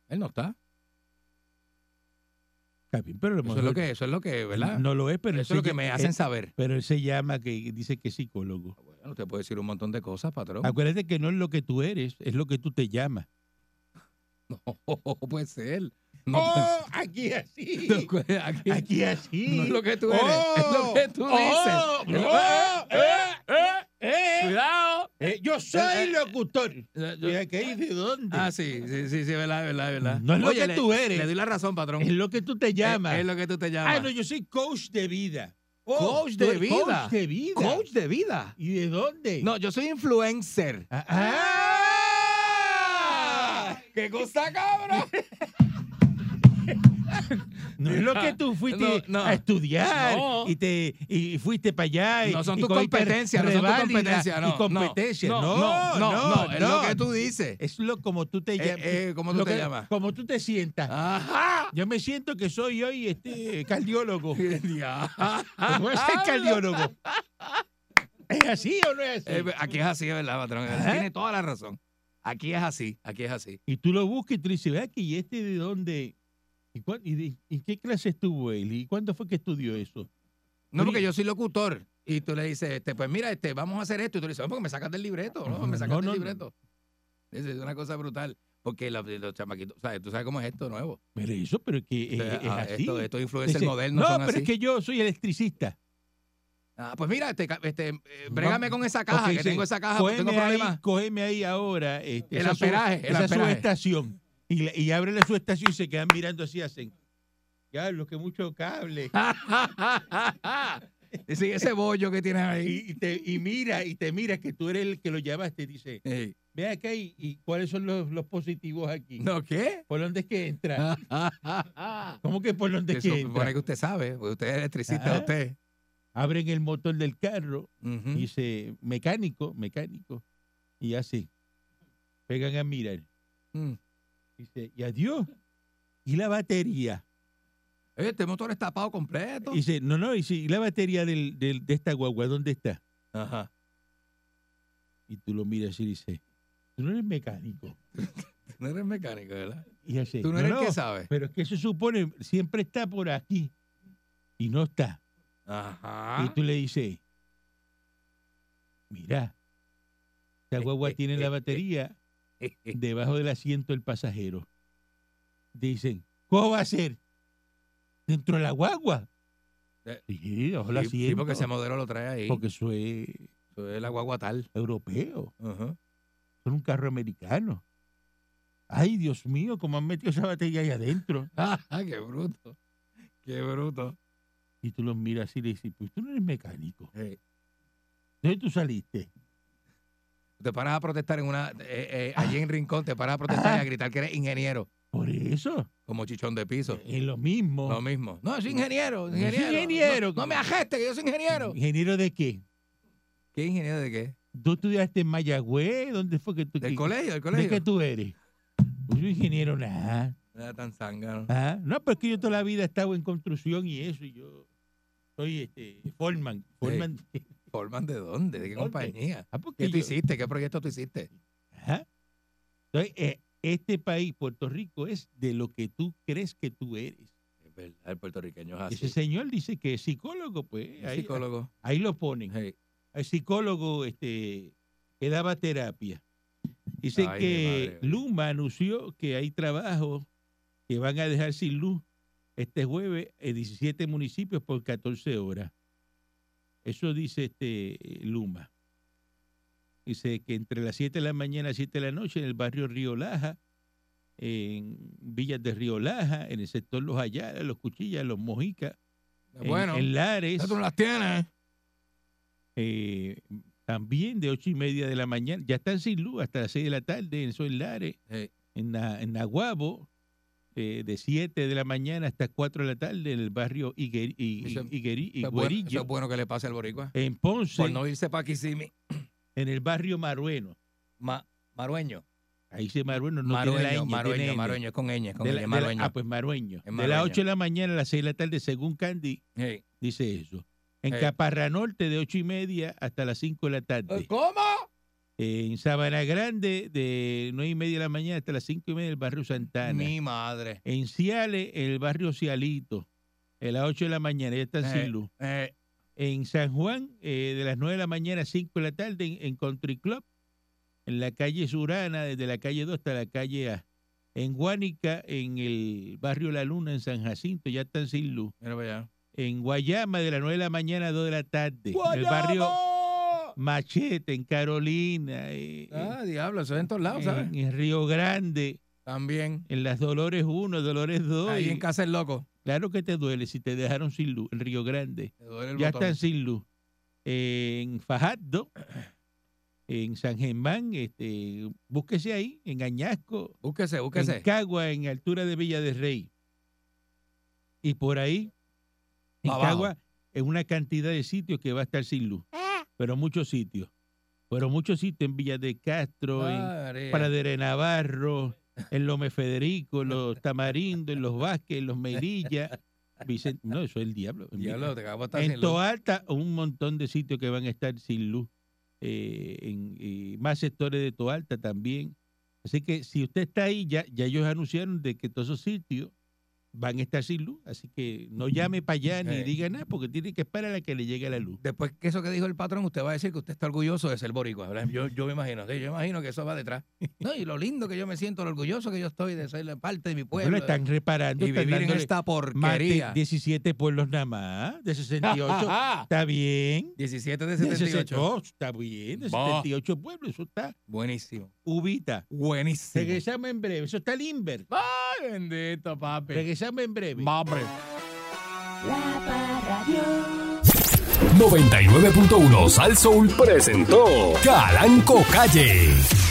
Speaker 4: Él no está.
Speaker 3: está bien, pero a lo
Speaker 4: Eso es lo
Speaker 3: mejor
Speaker 4: que, eso es lo que, ¿verdad?
Speaker 3: No lo es, pero él
Speaker 4: eso es lo
Speaker 3: se
Speaker 4: que me
Speaker 3: ll-
Speaker 4: hacen
Speaker 3: él-
Speaker 4: saber.
Speaker 3: pero él se llama, que dice que es psicólogo.
Speaker 4: Bueno, usted puede decir un montón de cosas, patrón.
Speaker 3: Acuérdate que no es lo que tú eres, es lo que tú te llamas.
Speaker 4: No puede ser. No,
Speaker 3: ¡Oh! Aquí así.
Speaker 4: puede- no puede- aquí-
Speaker 3: Aquí así.
Speaker 4: no es lo que tú eres, es lo que tú
Speaker 3: ¡Oh!
Speaker 4: dices. Es lo-
Speaker 3: ¡Oh! ¡Eh! ¡Eh! ¡Eh!
Speaker 4: ¡Cuidado!
Speaker 3: Eh, Yo soy locutor.
Speaker 4: Eh, yo-
Speaker 3: Mira, ¿qué hay de dónde?
Speaker 4: Ah, sí, sí, sí, sí, verdad, verdad, verdad.
Speaker 3: No es lo que
Speaker 4: le-
Speaker 3: tú eres.
Speaker 4: Le doy la razón, patrón.
Speaker 3: Es lo que tú te llamas.
Speaker 4: Eh, Es, es lo que tú te llamas.
Speaker 3: ah, no, yo soy coach de vida.
Speaker 4: Coach
Speaker 3: tú
Speaker 4: de
Speaker 3: eres
Speaker 4: vida.
Speaker 3: Coach de vida.
Speaker 4: Coach de vida.
Speaker 3: ¿Y de dónde?
Speaker 4: No, yo soy influencer.
Speaker 3: Ah, ah.
Speaker 4: ¡Qué cosa, cabrón!
Speaker 3: No es lo que tú fuiste
Speaker 4: No, no.
Speaker 3: a estudiar
Speaker 4: No.
Speaker 3: y te y fuiste para allá. Y,
Speaker 4: No son
Speaker 3: y
Speaker 4: tus
Speaker 3: cogiste
Speaker 4: competencias, no son tus
Speaker 3: reválida
Speaker 4: competencias, no.
Speaker 3: Y competencias. No,
Speaker 4: no, no, no, es
Speaker 3: no.
Speaker 4: lo que tú dices.
Speaker 3: Es lo como tú te
Speaker 4: Eh,
Speaker 3: llamas.
Speaker 4: eh, ¿cómo tú
Speaker 3: lo
Speaker 4: te
Speaker 3: que-
Speaker 4: llamas? Ah.
Speaker 3: Como tú te sientas.
Speaker 4: ¡Ajá!
Speaker 3: Yo me siento que soy hoy este cardiólogo.
Speaker 4: Ya.
Speaker 3: ¿Cómo es el cardiólogo? ¿Es así o no es así?
Speaker 4: Eh, aquí es así, es verdad, patrón.
Speaker 3: Ajá.
Speaker 4: Tiene toda la razón. Aquí es así, aquí es así.
Speaker 3: Y tú lo buscas y tú dices, vea que ¿y este de dónde? ¿Y, cuán- y de- y qué clase estuvo él? ¿Y cuándo fue que estudió eso?
Speaker 4: No, porque
Speaker 3: Oye.
Speaker 4: yo soy locutor. Y tú le dices, este, pues mira, este, vamos a hacer esto. Y tú le dices, no, porque me sacas del libreto, ¿no? Me
Speaker 3: No,
Speaker 4: sacas
Speaker 3: no, no.
Speaker 4: del libreto. Es, es una cosa brutal. Porque los, los chamaquitos, ¿sabes? tú sabes cómo es esto nuevo.
Speaker 3: Pero eso, pero es que
Speaker 4: O
Speaker 3: es,
Speaker 4: sea,
Speaker 3: es
Speaker 4: ah,
Speaker 3: así.
Speaker 4: Esto, estos
Speaker 3: Dice,
Speaker 4: influencers modernos
Speaker 3: no,
Speaker 4: son
Speaker 3: pero
Speaker 4: así.
Speaker 3: es que yo soy electricista.
Speaker 4: Ah, pues mira, este, ca- este, eh, brégame con esa caja,
Speaker 3: Ok,
Speaker 4: que
Speaker 3: dice,
Speaker 4: tengo esa caja, pues
Speaker 3: cógeme,
Speaker 4: tengo
Speaker 3: ahí,
Speaker 4: problemas.
Speaker 3: cógeme ahí ahora. este,
Speaker 4: El
Speaker 3: esa sub-
Speaker 4: amperaje, el
Speaker 3: esa
Speaker 4: amperaje.
Speaker 3: subestación. Y, la- y ábrele su estación y se quedan mirando así, hacen. Ya, lo que mucho cable.
Speaker 4: sí, ese bollo que tienes ahí.
Speaker 3: Y, y te, y mira, y te mira que tú eres el que lo llamaste. Dice,
Speaker 4: Ey,
Speaker 3: ve acá y, y cuáles son los, los positivos aquí.
Speaker 4: ¿No Ah. qué?
Speaker 3: ¿Por dónde es que entra? ¿Cómo que por dónde
Speaker 4: Se
Speaker 3: es que
Speaker 4: supone
Speaker 3: entra?
Speaker 4: que usted sabe, porque usted es electricista,
Speaker 3: Ajá.
Speaker 4: usted.
Speaker 3: Abren el motor del carro,
Speaker 4: Ujú.
Speaker 3: dice mecánico, mecánico, y así. Pegan a mirar.
Speaker 4: Mm.
Speaker 3: Dice, y adiós. ¿Y la batería?
Speaker 4: Oye, Este motor está tapado completo.
Speaker 3: Dice, no, no, dice, ¿y la batería del, del- de esta guagua dónde está?
Speaker 4: Ajá.
Speaker 3: Y tú lo miras y dice, tú no eres mecánico.
Speaker 4: no eres mecánico, ¿verdad?
Speaker 3: Y así,
Speaker 4: Tú no, eres el que sabe.
Speaker 3: Pero es que eso supone, siempre está por aquí y no está.
Speaker 4: Ajá.
Speaker 3: Y tú le dices, mira,
Speaker 4: Eh,
Speaker 3: esta guagua tiene la batería debajo del asiento del pasajero. Dicen, ¿cómo va a ser? Dentro de la guagua.
Speaker 4: Eh,
Speaker 3: Sí, bajo el
Speaker 4: Sí, sí, porque ese
Speaker 3: asiento,
Speaker 4: modelo lo trae ahí.
Speaker 3: Porque eso es
Speaker 4: Eso es la guagua tal.
Speaker 3: europeo,
Speaker 4: Ajá.
Speaker 3: eso es un carro americano. Ay, Dios mío, cómo han metido esa batería ahí adentro.
Speaker 4: Ah, qué bruto. Qué bruto.
Speaker 3: Y tú los miras y le dices, pues tú no eres mecánico.
Speaker 4: Eh,
Speaker 3: ¿De dónde tú saliste?
Speaker 4: te paras a protestar en una. eh, eh, allí en Rincón, te paras a protestar y a gritar que eres ingeniero.
Speaker 3: Por eso,
Speaker 4: Como chichón de piso.
Speaker 3: es lo mismo.
Speaker 4: Lo mismo. No, soy ingeniero.
Speaker 3: Es
Speaker 4: ingeniero.
Speaker 3: ingeniero.
Speaker 4: No, no me ajeste, que yo soy ingeniero.
Speaker 3: ¿Ingeniero de qué?
Speaker 4: ¿Qué ingeniero de qué?
Speaker 3: ¿Tú estudiaste en Mayagüez? ¿Dónde fue que tú...
Speaker 4: Del
Speaker 3: qué-
Speaker 4: colegio, del
Speaker 3: ¿De
Speaker 4: colegio.
Speaker 3: qué tú eres? Pues yo ingeniero nada.
Speaker 4: Era tan zángano.
Speaker 3: Ah, No, pero es que yo toda la vida he estado en construcción y eso, y yo soy este, foreman. foreman.
Speaker 4: ¿Forman de dónde? ¿De qué
Speaker 3: ¿Dónde?
Speaker 4: compañía?
Speaker 3: Ah, porque
Speaker 4: ¿Qué tú
Speaker 3: yo-
Speaker 4: hiciste? ¿Qué proyecto tú hiciste?
Speaker 3: Ajá. Entonces, eh, este país, Puerto Rico, es de lo que tú crees que tú eres.
Speaker 4: Es verdad, el puertorriqueño es
Speaker 3: Y
Speaker 4: así.
Speaker 3: Ese señor dice que es psicólogo, pues
Speaker 4: Es
Speaker 3: ahí,
Speaker 4: psicólogo. Eh,
Speaker 3: ahí lo ponen.
Speaker 4: Hey,
Speaker 3: El psicólogo este, que daba terapia. Dice
Speaker 4: Ay, mi
Speaker 3: que
Speaker 4: madre, oye.
Speaker 3: Luma anunció que hay trabajos que van a dejar sin luz este jueves en 17 municipios por 14 horas. Eso dice este Luma. Dice que entre las 7 de la mañana y 7 de la noche en el barrio Río Laja, en Villas de Río Laja, en el sector Los Ayala, Los Cuchillas, Los Mojicas, en-
Speaker 4: bueno,
Speaker 3: en, Lares
Speaker 4: ya tú no las tienes.
Speaker 3: eh, también de ocho y media de la mañana, ya están sin luz hasta las 6 de la tarde en esos lares,
Speaker 4: Hey,
Speaker 3: en, Na- en Naguabo, eh, de 7 de la mañana hasta 4 de la tarde en el barrio Higuer- I-
Speaker 4: Eso-
Speaker 3: I- Higueri-
Speaker 4: eso es bueno, eso
Speaker 3: Higuerillo,
Speaker 4: es bueno que le pase al boricua.
Speaker 3: en Ponce,
Speaker 4: Por Pues no irse para Kissimmee.
Speaker 3: en el barrio Marueno.
Speaker 4: Ma- marueño.
Speaker 3: Ahí dice Marueno, no
Speaker 4: marueño,
Speaker 3: tiene la ñ,
Speaker 4: marueño,
Speaker 3: tiene N.
Speaker 4: marueño, es con ñ, es con
Speaker 3: De
Speaker 4: ñ,
Speaker 3: la- de la-
Speaker 4: marueño.
Speaker 3: ah, pues Marueño.
Speaker 4: Es
Speaker 3: De las
Speaker 4: Marueño.
Speaker 3: 8 de la mañana a las 6 de la tarde, según Candy,
Speaker 4: Hey.
Speaker 3: dice eso. En
Speaker 4: Eh.
Speaker 3: Caparra Norte, de ocho y media hasta las 5 de la tarde.
Speaker 4: ¿Cómo?
Speaker 3: en Sabana Grande de 9 y media de la mañana hasta las 5 y media del barrio Santana.
Speaker 4: Mi madre.
Speaker 3: En Ciales, el barrio Cialito, a las 8 de la mañana, ya están
Speaker 4: Eh.
Speaker 3: sin luz.
Speaker 4: Eh,
Speaker 3: En San Juan, eh, de las 9 de la mañana a 5 de la tarde, en, en Country Club, en la calle Surana, desde la calle 2 hasta la calle A. En Guánica, en el barrio La Luna, en San Jacinto, ya están sin luz.
Speaker 4: mira para allá.
Speaker 3: En Guayama, de las 9 de la mañana a 2 de la tarde. En el barrio
Speaker 4: ¡Guayabo!
Speaker 3: Machete, en Carolina. eh,
Speaker 4: Ah, diablo, eso es en todos lados, ¿sabes?
Speaker 3: en, en Río Grande,
Speaker 4: También.
Speaker 3: en las Dolores 1, Dolores 2.
Speaker 4: Ahí
Speaker 3: y
Speaker 4: en casa el loco.
Speaker 3: Claro que te duele si te dejaron sin luz, en Río Grande.
Speaker 4: Te duele el
Speaker 3: Ya
Speaker 4: botón.
Speaker 3: están sin luz. En Fajardo, en San Germán, este, búsquese ahí, en Añasco,
Speaker 4: Búsquese, búsquese.
Speaker 3: en Cagua, en altura de Villa de Rey. Y por ahí, en
Speaker 4: Pa' abajo.
Speaker 3: Cagua, en una cantidad de sitios que va a estar sin luz. Pero muchos sitios. Pero muchos sitios en Villa de Castro, en
Speaker 4: Ah, María.
Speaker 3: Paradero de Navarro, en Lome Federico, en los Tamarindo, en los Vázquez, en los Melilla, Vicen- no, eso es el diablo. En,
Speaker 4: Diablo, te acabo de estar
Speaker 3: en
Speaker 4: sin luz.
Speaker 3: Toalta, un montón de sitios que van a estar sin luz, eh, en, y más sectores de Toalta también. Así que si usted está ahí, ya, ya ellos anunciaron de que todos esos sitios van a estar sin luz, así que no llame para allá ni
Speaker 4: Eh.
Speaker 3: diga nada, porque tiene que esperar a que le llegue la luz.
Speaker 4: Después que eso que dijo el patrón, usted va a decir que usted está orgulloso de ser boricua. ¿verdad? Yo, yo me imagino, sí, yo imagino que eso va detrás. No, y lo lindo que yo me siento, lo orgulloso que yo estoy de ser parte de mi
Speaker 3: Pero
Speaker 4: pueblo.
Speaker 3: están reparando,
Speaker 4: y
Speaker 3: están
Speaker 4: vivir en
Speaker 3: dándole
Speaker 4: esta
Speaker 3: más de
Speaker 4: porquería.
Speaker 3: 17 pueblos nada más, de 68.
Speaker 4: Ajá.
Speaker 3: Está bien.
Speaker 4: 17 de
Speaker 3: De
Speaker 4: 78.
Speaker 3: 68, está bien. De
Speaker 4: Bah.
Speaker 3: 78 pueblos, eso está
Speaker 4: Buenísimo.
Speaker 3: ubita.
Speaker 4: Buenísimo.
Speaker 3: Regresamos en breve. Eso está Limber.
Speaker 4: Ay, bendito, papi.
Speaker 3: Regresamos en breve.
Speaker 4: Hombre.
Speaker 2: La Parra Radio.
Speaker 1: 99.1 Sal Soul presentó Calanco Calle.